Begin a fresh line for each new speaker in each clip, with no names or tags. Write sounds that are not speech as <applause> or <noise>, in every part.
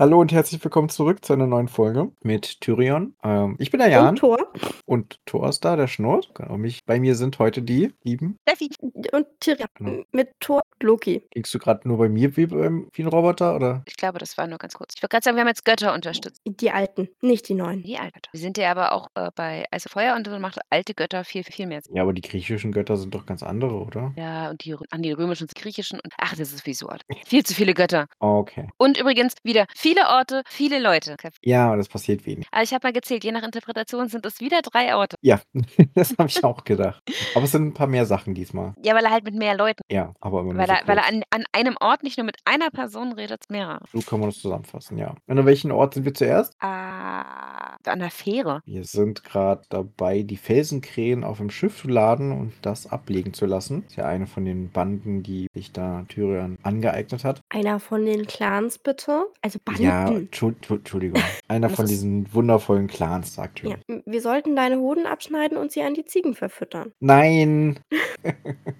Hallo und herzlich willkommen zurück zu einer neuen Folge mit Tyrion. Ähm, ich bin der Jan
Und Tor.
und Thor ist da, der Schnurrt. Genau, mich, bei mir sind heute die Lieben.
Steffi. Und Tyrion.
Genau.
Mit Tor und Loki.
Klingst du gerade nur bei mir wie, beim- wie ein Roboter oder?
Ich glaube, das war nur ganz kurz. Ich würde gerade sagen, wir haben jetzt
Oh.
Götter unterstützt.
Die Alten, nicht die Neuen.
Die Altgötter. Wir sind ja aber auch äh, bei also Feuer und so macht alte Götter viel, viel mehr. Sinn.
Ja, aber die griechischen Götter sind doch ganz andere, oder?
Ja, und die Rö- an die römischen, und griechischen und ach, das ist wieso alt. Viel zu viele Götter.
Okay.
Und übrigens wieder viele Orte, viele Leute.
Ja, aber das passiert wenig.
Also ich habe mal gezählt, je nach Interpretation sind es wieder drei Orte.
Ja, <laughs> das habe ich auch gedacht. Aber es sind ein paar mehr Sachen diesmal.
Ja, weil er halt mit mehr Leuten,
Ja, aber immer nur
weil
so
er, weil er
kurz.
an, an einem Ort nicht nur mit einer Person redet, sondern mehrere.
So kann man das zusammenfassen, ja. Und an welchem Ort sind wir zuerst?
Ah, an der Fähre.
Wir sind gerade dabei, die Felsenkrähen auf dem Schiff zu laden und das ablegen zu lassen. Ist ja eine von den Banden, die sich da Tyrion angeeignet hat.
Einer von den Clans, bitte. Also Banden.
Ja, Entschu- Entschu-
<laughs>
Entschuldigung. Einer
Das
von
ist-
diesen wundervollen Clans, sagt
Ja,
Tyrion.
m- Wir sollten deine Hoden abschneiden und sie an die Ziegen verfüttern.
<laughs>
Nein!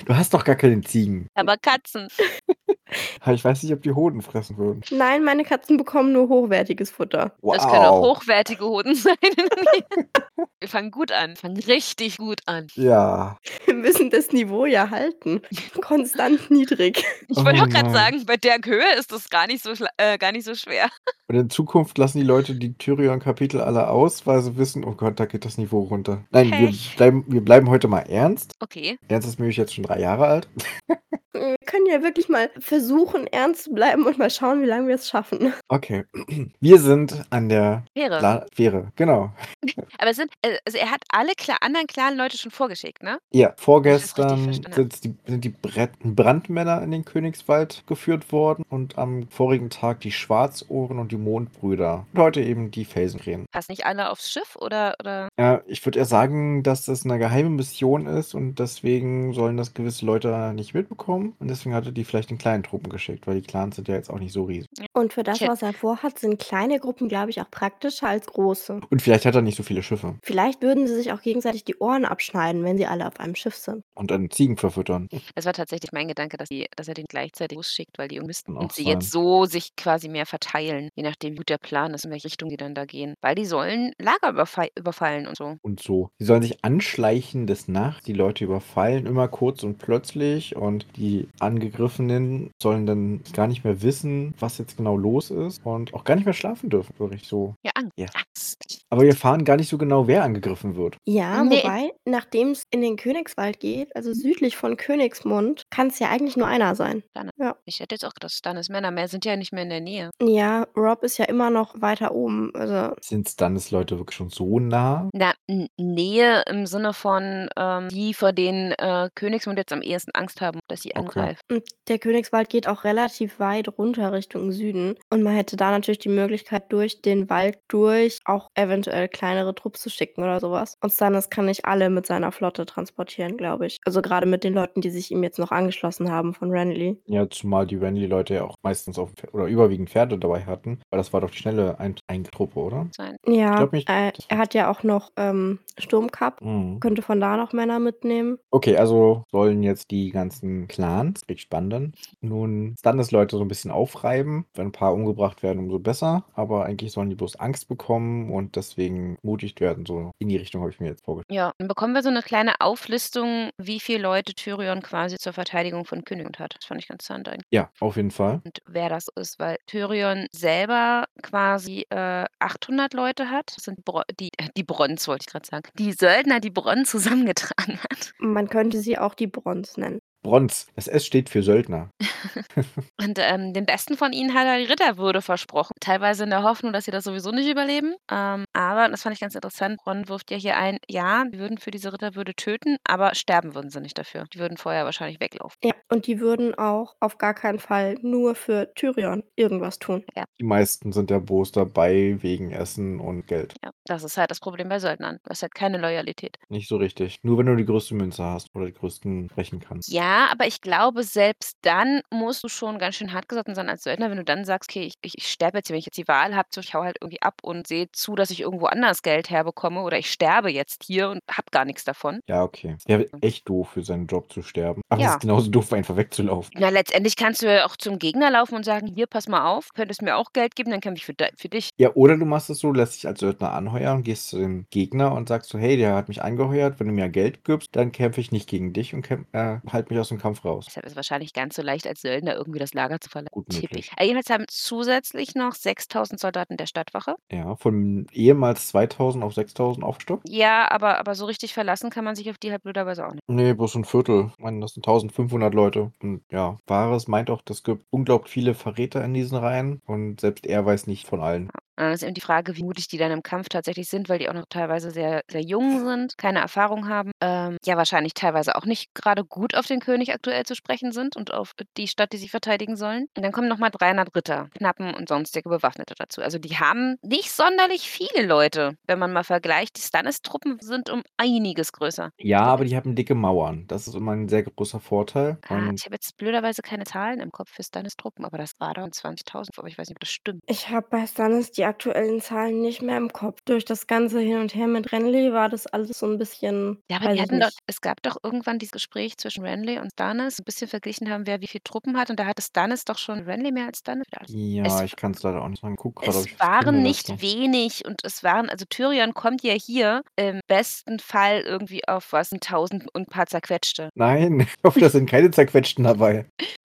du hast doch gar keine Ziegen.
Aber Katzen.
Aber Ich weiß nicht, ob die Hoden fressen würden.
Nein, meine Katzen bekommen nur hochwertiges Futter. <laughs>
Wow.
Das können auch hochwertige Hoden <laughs> sein. wir fangen gut an. Fangen richtig gut an.
Ja.
Wir müssen das Niveau
<laughs>
ja halten. Konstant niedrig.
Ich
Oh
wollte auch gerade
nein.
sagen, bei der Höhe ist das gar nicht so, schla- äh, gar nicht so schwer.
Und in Zukunft lassen die Leute die Tyrion-Kapitel alle aus, weil sie wissen, oh Gott, da geht das Niveau runter. Nein, wir
Pech.
bleiben, wir bleiben heute mal ernst.
Okay.
Ernst ist nämlich jetzt schon drei Jahre alt.
Wir können ja wirklich mal versuchen, ernst zu bleiben und mal schauen, wie lange wir es schaffen.
Okay. <clears throat> Wir sind an der
Wäre.
La Fähre. Genau.
Aber es sind, äh, also er hat alle kla anderen klaren Leute schon vorgeschickt, ne?
Ja, vorgestern
verstanden habe.
sind die, sind die Brett Brandmänner in den Königswald geführt worden und am vorigen Tag die Schwarzohren und die Mondbrüder. Und heute eben die Felsenkrähen.
Passen nicht alle aufs Schiff oder, oder?
Ja, ich würde eher sagen, dass das eine geheime Mission ist und deswegen sollen das gewisse Leute nicht mitbekommen. Und deswegen hatte die vielleicht in kleinen Truppen geschickt, weil die Clans sind ja jetzt auch nicht so riesig.
Und für das,
Tja.
was er vorhat, sind kleine Gruppen, glaube ich, auch praktischer als große.
Und vielleicht hat er nicht so viele Schiffe
Vielleicht würden sie sich auch gegenseitig die Ohren abschneiden, wenn sie alle auf einem Schiff sind.
und dann Ziegen verfüttern.
Das war tatsächlich mein Gedanke, dass, die, dass er den gleichzeitig losschickt, weil die Jungen müssten
Kann auch
und sie
sein.
jetzt so sich quasi mehr verteilen, je nachdem, wie gut der Plan ist, in welche Richtung die dann da gehen. Weil die sollen Lager überfall überfallen und so.
und so. Sie sollen sich anschleichen des Nachts, die Leute überfallen immer kurz und plötzlich und die Angegriffenen sollen dann gar nicht mehr wissen, was jetzt genau los ist und auch gar nicht mehr schlafen dürfen, würde ich so.
Ja, Angst.
Ja.
Angst.
Aber wir erfahren gar nicht so genau, wer angegriffen wird.
Ja,
Ähm,
Nee.
wobei, nachdem es in den Königswald geht,
Mhm.
also südlich von Königsmund, kann es ja eigentlich nur einer sein.
Ich hätte jetzt auch gedacht, Stannis Männer mehr sind ja nicht mehr in der Nähe.
Ja, Rob ist ja immer noch weiter oben. Also,
Sind Stannis Leute wirklich schon so nah?
Na, n- Nähe im Sinne von ähm, die, vor denen äh, Königsmund jetzt am ehesten Angst haben, dass sie
Okay.
angreifen.
und der Königswald geht auch relativ weit runter Richtung Süden. Und man hätte da natürlich die Möglichkeit, durch den Wald durch auch eventuell kleinere Trupps zu schicken oder sowas. Und Stannis kann nicht alle mit seiner Flotte transportieren, glaube ich. Also gerade mit den Leuten, die sich ihm jetzt noch angeschlossen haben von Renly.
Ja, zumal die Renly-Leute ja auch meistens auf oder überwiegend Pferde dabei hatten, weil das war doch die schnelle Ein Eintruppe, oder?
Sein.
Ja,
glaub nicht,
äh,
das
er
war's.
hat ja auch noch ähm, Sturmcup.
Mhm.
Könnte von da noch Männer mitnehmen.
Okay, also sollen jetzt die ganzen Clans, krieg spannenden, nun Standesleute so ein bisschen aufreiben. Wenn ein paar umgebracht werden, umso besser. Aber eigentlich sollen die bloß Angst bekommen und deswegen mutigt werden. So in die Richtung habe ich mir jetzt vorgestellt.
Ja, dann bekommen wir so eine kleine Auflistung, wie viele Leute Tyrion quasi zur Verteidigung von Königsmund hat. Das fand ich ganz interessant eigentlich.
Ja, auf jeden Fall.
Und wer das ist, weil Tyrion selber quasi äh, 800 Leute hat. Das sind Bro die, äh, die Bronn, wollte ich gerade sagen. Die Söldner, die Bronn <laughs> zusammengetragen hat.
Man könnte sie auch die Bronz nennen.
Bronz. Das S steht für Söldner.
Und ähm, den besten von ihnen hat er die Ritterwürde versprochen. Teilweise in der Hoffnung, dass sie das sowieso nicht überleben. Ähm, aber, das fand ich ganz interessant, Ron wirft ja hier ein, ja, die würden für diese Ritterwürde töten, aber sterben würden sie nicht dafür. Die würden vorher wahrscheinlich weglaufen.
Ja, und die würden auch auf gar keinen Fall nur für Tyrion irgendwas tun.
Die meisten sind ja bloß dabei wegen Essen und Geld.
Ja, das ist halt das Problem bei Söldnern. Das ist halt keine Loyalität.
Nicht so richtig. Nur wenn du die größte Münze hast oder die größten brechen kannst.
Ja, Ja, aber ich glaube, selbst dann musst du schon ganz schön hartgesotten sein als Söldner, wenn du dann sagst, okay, ich, ich, ich sterbe jetzt hier, wenn ich jetzt die Wahl habe, ich hau halt irgendwie ab und sehe zu, dass ich irgendwo anders Geld herbekomme oder ich sterbe jetzt hier und habe gar nichts davon.
Ja, okay. Ja, echt doof für seinen Job zu sterben. Aber
Ja.
es ist genauso doof, einfach wegzulaufen.
Na, letztendlich kannst du ja auch zum Gegner laufen und sagen, hier, pass mal auf, könntest mir auch Geld geben, dann kämpfe ich für, de- für dich.
Ja, oder du machst es so, lässt dich als Söldner anheuern, gehst zu dem Gegner und sagst so, hey, der hat mich angeheuert, wenn du mir Geld gibst, dann kämpfe ich nicht gegen dich und kämp äh, halt mich aus dem Kampf raus.
Deshalb ist es wahrscheinlich ganz so leicht, als Söldner irgendwie das Lager zu verlassen.
Gut
Tipp
möglich.
ich. Äh, Jedenfalls haben zusätzlich noch 6000 Soldaten der Stadtwache.
Ja, von ehemals 2000 auf 6000 aufgestockt?
Ja, aber, aber so richtig verlassen kann man sich auf die halt blöderweise auch nicht.
Nee, bloß ein Viertel. Ich meine, das sind 1500 Leute. Und ja, Wahres meint auch, das gibt unglaublich viele Verräter in diesen Reihen und selbst er weiß nicht von allen.
Und dann Äh, ist eben die Frage, wie mutig die dann im Kampf tatsächlich sind, weil die auch noch teilweise sehr, sehr jung sind, keine Erfahrung haben. Ähm, ja, wahrscheinlich teilweise auch nicht gerade gut auf den König aktuell zu sprechen sind und auf die Stadt, die sie verteidigen sollen. Und dann kommen nochmal 300 Ritter, Knappen und sonstige Bewaffnete dazu. Also die haben nicht sonderlich viele Leute, wenn man mal vergleicht. Die Stannis-Truppen sind um einiges größer.
Ja, aber die haben dicke Mauern. Das ist immer ein sehr großer Vorteil.
Ah,
Und
ich habe jetzt blöderweise keine Zahlen im Kopf für Stannis-Truppen, aber das war da um 20.000, aber ich weiß nicht, ob das stimmt.
Ich habe bei Stannis die aktuellen Zahlen nicht mehr im Kopf. Durch das ganze Hin und Her mit Renly war das alles so ein bisschen,
Ja, aber
weiß
die
ich
hatten doch,
nicht.
es gab doch irgendwann dieses Gespräch zwischen Renly und Stannis, ein bisschen verglichen haben, wer wie viel Truppen hat. Und da hatte Stannis doch schon Renly mehr als Stannis. Oder alles- Es,
ja, ich kann es leider auch nicht sagen. Guck gerade, ob
es
ich was
waren
finde
nicht
dazu.
wenig und es waren, also Tyrion kommt ja hier im besten Fall irgendwie auf was, ein Tausend und ein paar zerquetschte.
Nein, <laughs> ich hoffe, da sind keine zerquetschten dabei.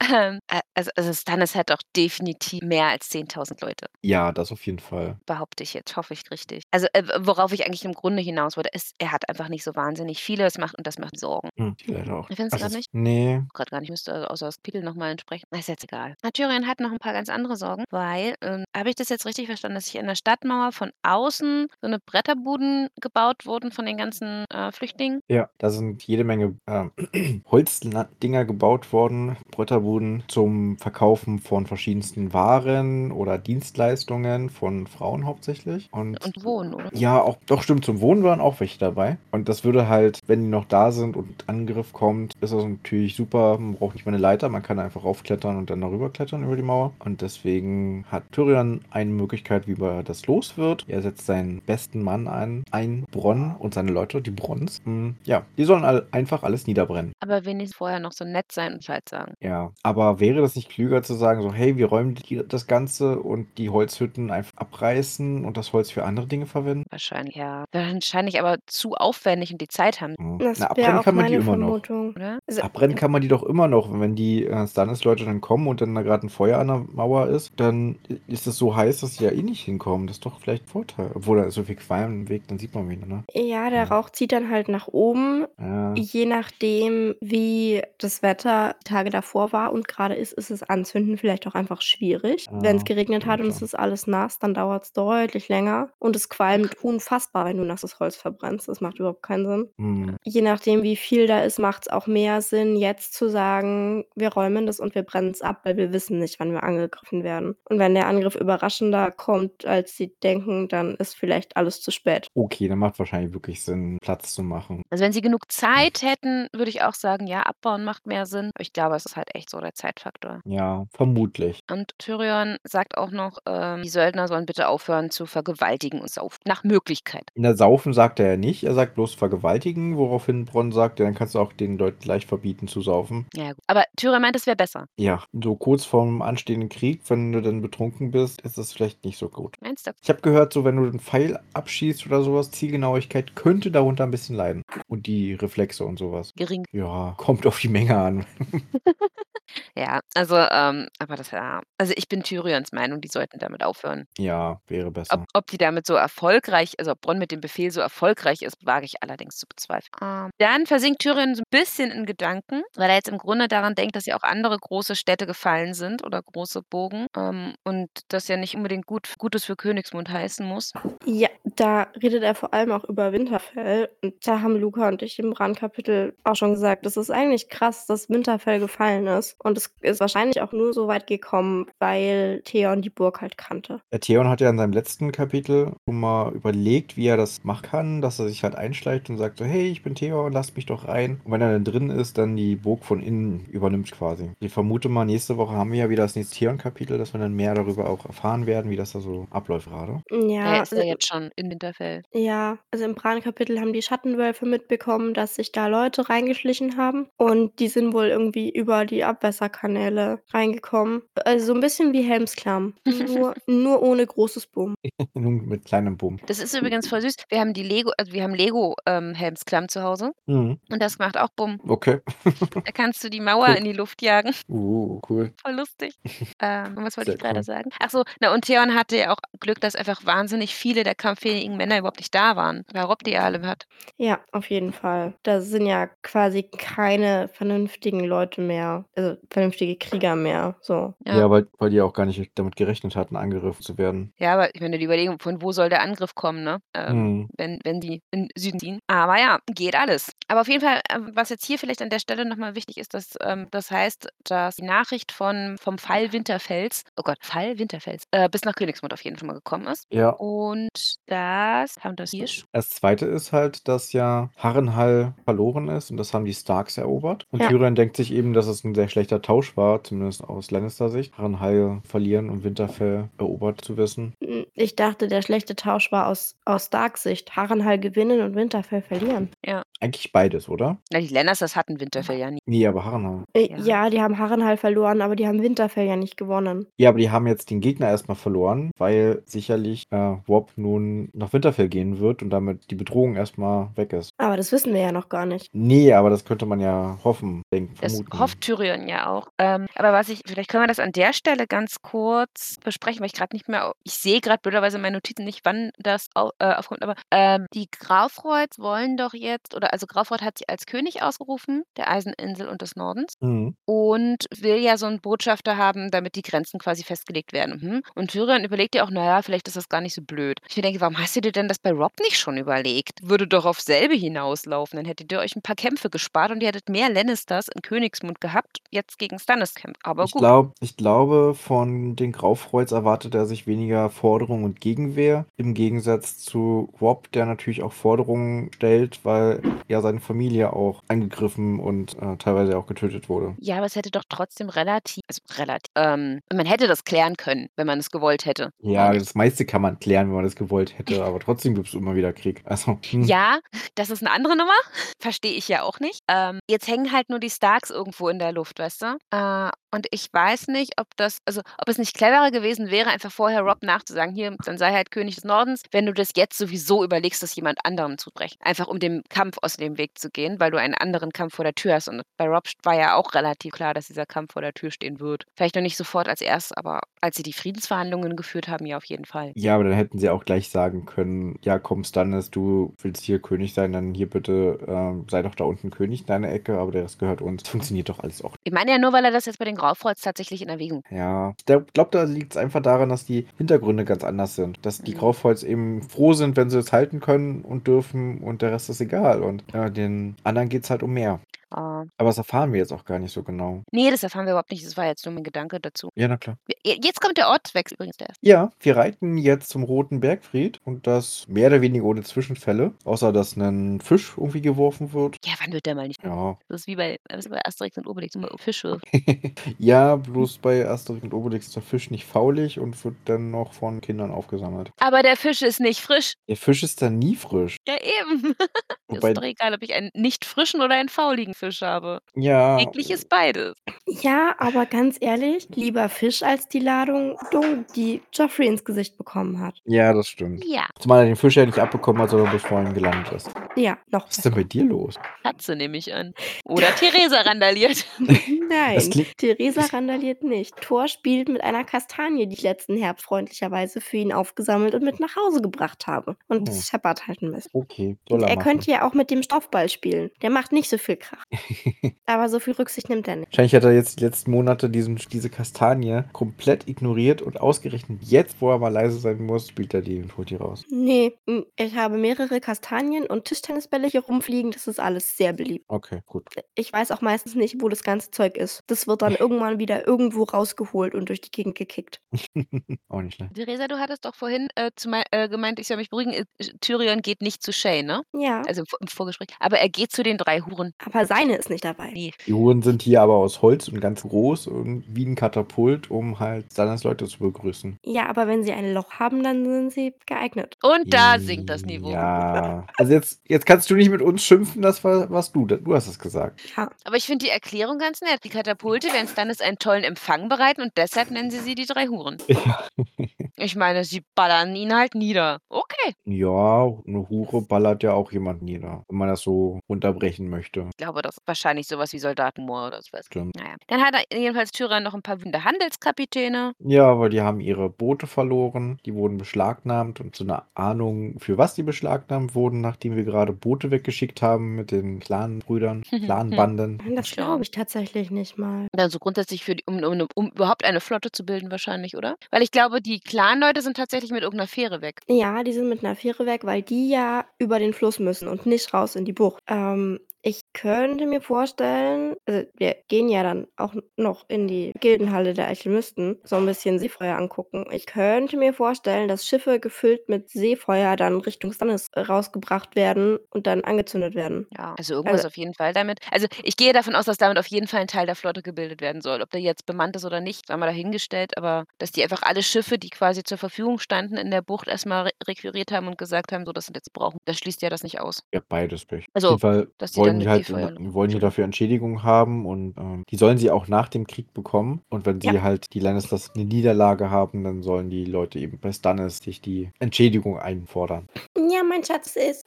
Ähm, a- also, also Stannis hat doch definitiv mehr als 10.000 Leute.
Ja, das auf jeden Fall.
behaupte ich jetzt, hoffe ich richtig. Also äh, worauf ich eigentlich im Grunde hinaus wollte, ist, er hat einfach nicht so wahnsinnig viele, es macht und das macht Sorgen.
Hm, die leider auch.
Findest du
Also,
gerade
es-
nicht?
nee,
Gerade gar nicht, müsste also außer das Kapitel nochmal entsprechen. Na, Ist jetzt egal. Na, Tyrion hat noch ein paar ganz andere Sorgen, weil, ähm, habe ich das jetzt richtig verstanden, dass sich in der Stadtmauer von außen so eine Bretterbuden gebaut wurden von den ganzen äh, Flüchtlingen?
Ja, da sind jede Menge ähm, <clears throat> Holzdinger gebaut worden, Bretterbuden zum Verkaufen von verschiedensten Waren oder Dienstleistungen von Frauen hauptsächlich. Und
Und wohnen, oder?
ja, auch doch stimmt, zum Wohnen waren auch welche dabei. Und das würde halt, wenn die noch da sind und Angriff kommt, ist das natürlich super. Man braucht nicht mal eine Leiter, man kann einfach raufklettern und dann darüber klettern über die Mauer. Und deswegen hat Tyrion eine Möglichkeit, wie er das los wird. Er setzt seinen besten Mann ein, ein Bronn und seine Leute, die Bronns. Hm, ja, die sollen all, einfach alles niederbrennen.
Aber wenigstens vorher noch so nett sein und Bescheid sagen.
Ja, aber wäre das nicht klüger zu sagen, so, hey, wir räumen die, das Ganze und die Holzhütten einfach abreißen und das Holz für andere Dinge verwenden?
Wahrscheinlich, ja. Wahrscheinlich aber zu aufwendig und die Zeit haben,
Ja.
Das
Na, Hm, abbrennen
wäre auch
kann man die
meine
immer noch.
Vermutung.
oder?
Also,
Abbrennen kann man die doch immer noch. Wenn die äh, Stannis-Leute dann kommen und dann da gerade ein Feuer an der Mauer ist, dann ist es so heiß, dass sie ja eh nicht hinkommen. Das ist doch vielleicht ein Vorteil. Obwohl da ist so viel Qualm im Weg, dann sieht man wen, ne?
ja, der
Ja.
Rauch zieht dann halt nach oben.
Ja.
Je nachdem, wie das Wetter die Tage davor war und gerade ist, ist es anzünden vielleicht auch einfach schwierig.
Ja,
Wenn es geregnet hat
stimmt
und es
schon.
ist alles nass, dann dauert es deutlich länger. Und es qualmt unfassbar, wenn du nasses Holz verbrennst. Das macht überhaupt keinen Sinn.
Hm.
Je nachdem, wie viel da ist, macht es auch mehr Sinn, jetzt zu sagen, wir räumen das und wir brennen es ab, weil wir wissen nicht, wann wir angegriffen werden. Und wenn der Angriff überraschender kommt, als sie denken, dann ist vielleicht alles zu spät.
Okay, dann macht wahrscheinlich wirklich Sinn, Platz zu machen.
Also wenn sie genug Zeit hätten, würde ich auch sagen, ja, abbauen macht mehr Sinn. Aber ich glaube, es ist halt echt so der Zeitfaktor.
Ja, vermutlich.
Und Tyrion sagt auch noch, ähm, die Söldner sollen bitte aufhören zu vergewaltigen und saufen. Nach Möglichkeit.
In der Saufen sagt er ja nicht, er sagt bloß vergewaltigen, woraufhin Bronn sagt, ja, dann kannst du auch den Leuten gleich verbieten zu saufen.
Ja, gut. Aber Tyrion meint, es wäre besser.
Ja, so kurz vorm anstehenden Krieg, wenn du dann betrunken bist, ist es vielleicht nicht so gut.
Meinst du?
Ich habe gehört, so wenn du einen Pfeil abschießt oder sowas, Zielgenauigkeit könnte darunter ein bisschen leiden. Und die Reflexe und sowas.
Gering.
Ja, kommt auf die Menge an.
Ja, also, ähm, aber das ja. Also ich bin Tyrions Meinung, die sollten damit aufhören.
Ja, wäre
Ob,
besser.
ob die damit so erfolgreich, also ob Bronn mit dem Befehl so erfolgreich ist, wage ich allerdings zu bezweifeln. Ähm, dann versinkt Tyrion so ein bisschen in Gedanken, weil er jetzt im Grunde daran denkt, dass ja auch andere große Städte gefallen sind oder große Burgen ähm, und das ja nicht unbedingt gut, Gutes für Königsmund heißen muss.
Ja, da redet er vor allem auch über Winterfell. Und da haben Luca und ich im Randkapitel auch schon gesagt, es ist eigentlich krass, dass Winterfell gefallen ist. Und es ist wahrscheinlich auch nur so weit gekommen, weil Theon die Burg halt kannte.
Der Theon hat ja in seinem letzten Kapitel schon mal überlegt, wie er das machen kann, dass er sich halt einschleicht und sagt so, hey, ich bin Theon, lasst mich doch rein. Und wenn er dann drin ist, dann die Burg von innen übernimmt quasi. Ich vermute mal, nächste Woche haben wir ja wieder das nächste Theon-Kapitel, dass wir dann mehr darüber auch erfahren werden, wie das da so abläuft gerade. <laughs>
Ja,
er ist
also,
ja jetzt schon in Winterfell.
ja, also im Bran-Kapitel haben die Schattenwölfe mitbekommen, dass sich da Leute reingeschlichen haben. Und die sind wohl irgendwie über die Abwässerkanäle reingekommen. Also so ein bisschen wie <laughs> Helmsklamm. Nur, nur ohne großes Boom.
Nun mit kleinem Boom.
Das ist übrigens voll süß. Wir haben die Lego, also wir haben Lego ähm, Helmsklamm zu Hause
Mhm.
und das macht auch Bumm.
Okay.
Da kannst du die Mauer
Cool.
in die Luft jagen. <laughs>
Uh, cool.
Voll lustig. ähm, und was wollte
Sehr
ich gerade
cool.
sagen? Ach so, na und Theon hatte ja auch Glück, dass einfach wahnsinnig viele der kampffähigen Männer überhaupt nicht da waren, weil Rob die ja alle hat.
Ja, auf jeden Fall. Da sind ja quasi keine vernünftigen Leute mehr, also vernünftige Krieger mehr. So.
Ja.
Ja, weil, weil die auch gar nicht damit gerechnet hatten, angegriffen zu werden.
Ja, aber ich meine, die Überlegung, von wo soll der Angriff kommen, ne? Ähm,
Mhm.
wenn, wenn die in den Süden ziehen. Aber ja, geht alles. Aber auf jeden Fall, ähm, was jetzt hier vielleicht an der Stelle nochmal wichtig ist, dass ähm, das heißt, dass die Nachricht von, vom Fall Winterfels, oh Gott, Fall Winterfels, äh, bis nach Königsmund auf jeden Fall schon mal gekommen ist.
Ja,
Und das haben das hier schon.
Das zweite ist halt, dass ja Harrenhal verloren ist und das haben die Starks erobert. Und
Ja.
Tyrion denkt sich eben, dass es ein sehr schlechter Tausch war, zumindest aus Lannister-Sicht. Harrenhal verlieren und Winterfell erobert zu wissen.
N- Hm, Ich dachte, der schlechte Tausch war aus, aus Stark-Sicht. Harrenhal gewinnen und Winterfell verlieren.
Eigentlich beides, oder?
Na, die Lannisters hatten Winterfell ja nie.
Nee, aber Harrenhal.
Äh,
Ja.
Ja, die haben Harrenhal verloren, aber die haben Winterfell ja nicht gewonnen.
Ja, aber die haben jetzt den Gegner erstmal verloren, weil sicherlich äh, Rob nun nach Winterfell gehen wird und damit die Bedrohung erstmal weg ist.
Aber das wissen wir ja noch gar nicht.
Nee, aber das könnte man ja hoffen, denken,
Das
vermuten.
hofft Tyrion ja auch. Ähm, aber was ich, vielleicht können wir das an der Stelle ganz kurz besprechen, weil ich gerade nicht mehr, au- ich sehe gerade blöderweise in meinen Notizen nicht, wann das au, äh, aufkommt, aber ähm, die Graufreuds wollen doch jetzt, oder also Graufreud hat sich als König ausgerufen, der Eiseninsel und des Nordens
Mhm.
und will ja so einen Botschafter haben, damit die Grenzen quasi festgelegt werden. Hm? Und Tyrion überlegt ja auch, naja, vielleicht ist das gar nicht so blöd. Ich mir denke, warum hast du dir denn das bei Rob nicht schon überlegt? Würde doch auf selbe hinauslaufen. Dann hättet ihr euch ein paar Kämpfe gespart und ihr hättet mehr Lannisters in Königsmund gehabt, jetzt gegen Stannis kämpft. Aber
Ich,
gut.
glaub, ich glaube, von den Graufreuz erwartet er sich weniger Forderung und Gegenwehr. Im Gegensatz zu Rob, der natürlich auch Forderungen stellt, weil ja seine Familie auch angegriffen und äh, teilweise auch getötet wurde.
Ja, aber es hätte doch trotzdem relativ, also relativ, ähm, man hätte das klären können, wenn man es gewollt hätte.
Ja,
meine ich.
das meiste kann man klären, wenn man das gewollt hätte, aber trotzdem gibt es immer wieder Krieg. Also, hm.
Ja, das ist eine andere Nummer. Verstehe ich ja auch nicht. Ähm, jetzt hängen halt nur die Starks irgendwo in der Luft, weißt du? Äh, und ich weiß nicht, ob das, also ob es nicht cleverer gewesen wäre, einfach vorher Rob nachzusagen, hier, dann sei halt König des Nordens, wenn du das jetzt sowieso überlegst, das jemand anderem zu brechen. Einfach um dem Kampf aus dem Weg zu gehen, weil du einen anderen Kampf vor der Tür hast. Und bei Rob war ja auch relativ klar, dass dieser Kampf vor der Tür stehen wird. Vielleicht noch nicht sofort als erstes, aber als sie die Friedensverhandlungen geführt haben, ja auf jeden Fall.
ja, aber dann hätten sie auch gleich sagen können, ja, komm Stannis, du willst hier König sein, dann hier bitte ähm, sei doch da unten König in deiner Ecke, aber der Rest gehört uns. Funktioniert doch alles auch
Ich meine ja nur, weil er das jetzt bei den Graufreuds tatsächlich in Erwägung
Ja, ich glaube, da liegt es einfach daran, dass die Hintergründe ganz anders sind. Dass die
Mhm.
Graufholz eben froh sind, wenn sie es halten können und dürfen und der Rest ist egal. Und ja, den anderen geht es halt um mehr.
äh,
Aber das erfahren wir jetzt auch gar nicht so genau.
Nee, Ne, das erfahren wir überhaupt nicht. Das war jetzt nur mein Gedanke dazu.
Ja, na klar.
Wir- je- Jetzt kommt der Ortswechsel übrigens der.
Ja, wir reiten jetzt zum Roten Bergfried und das mehr oder weniger ohne Zwischenfälle. Außer, dass ein Fisch irgendwie geworfen wird.
Ja, wann wird der mal nicht?
Ja.
Das ist wie bei, das ist bei Asterix und Obelix immer Fische.
ja, bloß bei Asterix und Obelix ist der Fisch nicht faulig und wird dann noch von Kindern aufgesammelt.
Aber der Fisch ist nicht frisch.
Der Fisch ist dann nie frisch.
Ja, eben. <laughs>
Wobei,
ist doch egal, ob ich einen nicht frischen oder einen fauligen Fisch habe.
ja,
Eigentlich ist beides.
Ja, aber ganz ehrlich, lieber Fisch als die Ladung, Dung, die Joffrey ins Gesicht bekommen hat.
Ja, das stimmt.
Ja,
Zumal er den Fisch ja nicht abbekommen hat, sondern bloß vorhin gelandet ist.
Ja, noch.
Was ist denn bei dir los?
Katze nehme ich an.
<laughs>
Oder Theresa randaliert. <laughs>
Das
Nein,
klingt-
Theresa
das-
randaliert nicht. Thor spielt mit einer Kastanie, die ich letzten Herbst freundlicherweise für ihn aufgesammelt und mit nach Hause gebracht habe. Und
Oh.
es scheppert halt ein bisschen.
Okay, soll
Und
er
er
machen.
könnte ja auch mit dem Stoffball spielen. Der macht nicht so viel Krach. gemacht. Aber so viel Rücksicht nimmt er nicht.
Wahrscheinlich hat er jetzt die letzten Monate diesen, diese Kastanie komplett ignoriert und ausgerechnet jetzt, wo er mal leise sein muss, spielt er die den Foti raus.
Nee, m, ich habe mehrere Kastanien und Tischtennisbälle hier rumfliegen. Das ist alles sehr beliebt.
Okay, <laughs> gut.
Ich weiß auch meistens nicht, wo das ganze Zeug ist. Das wird dann irgendwann wieder irgendwo rausgeholt und durch die Gegend gekickt.
Auch nicht ne? schlecht.
Theresa, du hattest doch vorhin äh, zu mei- äh, gemeint, ich soll mich beruhigen, äh, Tyrion geht nicht zu Shay, ne?
Ja,
Also im, Vor- im Vorgespräch. Aber er geht zu den drei Huren.
aber seine ist nicht dabei.
Nee.
Die Uhren sind hier aber aus Holz und ganz groß und wie ein Katapult, um halt Stannis Leute zu begrüßen.
Ja, aber wenn sie ein Loch haben, dann sind sie geeignet.
Und da sinkt das Niveau.
Ja. Also jetzt, jetzt kannst du nicht mit uns schimpfen, das war, warst du. Du hast es gesagt.
Ja.
Aber ich finde die Erklärung ganz nett. Die Katapulte werden Stannis einen tollen Empfang bereiten und deshalb nennen sie sie die drei Huren.
<laughs> Ja.
Ich meine, sie ballern ihn halt nieder. Okay.
Ja, eine Hure ballert ja auch jemanden nieder, wenn man das so runterbrechen möchte.
Ich glaube, das ist wahrscheinlich sowas wie Soldatenmoor oder sowas.
Stimmt.
Naja. Dann hat er jedenfalls Tyrion noch ein paar wütende Handelskapitäne.
Ja, aber die haben ihre Boote verloren, die wurden beschlagnahmt und so eine Ahnung, für was die beschlagnahmt wurden, nachdem wir gerade Boote weggeschickt haben mit den kleinen
<laughs>
Brüdern,
Mhm.
kleinen Banden.
Das
Klar.
glaube ich tatsächlich nicht mal.
Also grundsätzlich für die, um, um, um überhaupt eine Flotte zu bilden wahrscheinlich, oder? Weil ich glaube, die Clan-Leute sind tatsächlich mit irgendeiner Fähre weg.
Ja, die sind mit einer Fähre weg, weil die ja über den Fluss müssen und nicht raus in die Bucht. Ähm, ich könnte mir vorstellen, also wir gehen ja dann auch noch in die Gildenhalle der Alchemisten, so ein bisschen Seefeuer angucken. Ich könnte mir vorstellen, dass Schiffe gefüllt mit Seefeuer dann Richtung Stannis rausgebracht werden und dann angezündet werden.
Ja. Also irgendwas
Also-
auf jeden Fall damit. Also ich gehe davon aus, dass damit auf jeden Fall ein Teil der Flotte gebildet werden soll. Ob der jetzt bemannt ist oder nicht, sei mal dahingestellt, aber dass die einfach alle Schiffe, die quasi zur Verfügung standen in der Bucht, erstmal re requiriert haben und gesagt haben, so das sind jetzt wir brauchen. Das schließt ja das nicht aus.
Ja, beides Pech.
Also,
<laughs> Auf jeden Fall
dass die
wollen
dann
die
mit
halt
Efeu
in, wollen die dafür Entschädigung haben und ähm, die sollen sie auch nach dem Krieg bekommen. Und wenn sie
Ja.
halt die Lannisters eine Niederlage haben, dann sollen die Leute eben bei Stannis sich die Entschädigung einfordern.
Ja, mein Schatz ist.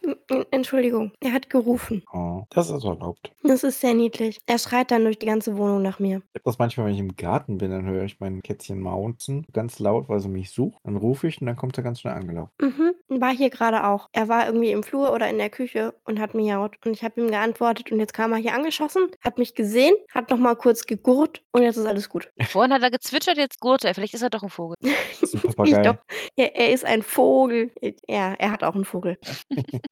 Entschuldigung, er hat gerufen.
Oh, das ist erlaubt.
Das ist sehr niedlich. Er schreit dann durch die ganze Wohnung nach mir.
Ich hab das manchmal, wenn ich im Garten bin, dann höre ich mein Kätzchen maunzen ganz laut, weil sie mich sucht. Dann rufe ich und dann kommt er ganz schnell angelaufen.
Mhm, war hier gerade auch. Er war irgendwie im Flur oder in der Küche und hat miaut. Und ich habe ihm geantwortet und jetzt kam er hier angeschossen, hat mich gesehen, hat nochmal kurz gegurrt und jetzt ist alles gut.
Vorhin hat er gezwitschert, jetzt gurrt er. Vielleicht ist er doch ein Vogel.
Das ist
<laughs>
ein
<laughs> Ich
Papagei.
glaub, er, er ist ein Vogel. Ja, er hat auch einen Vogel.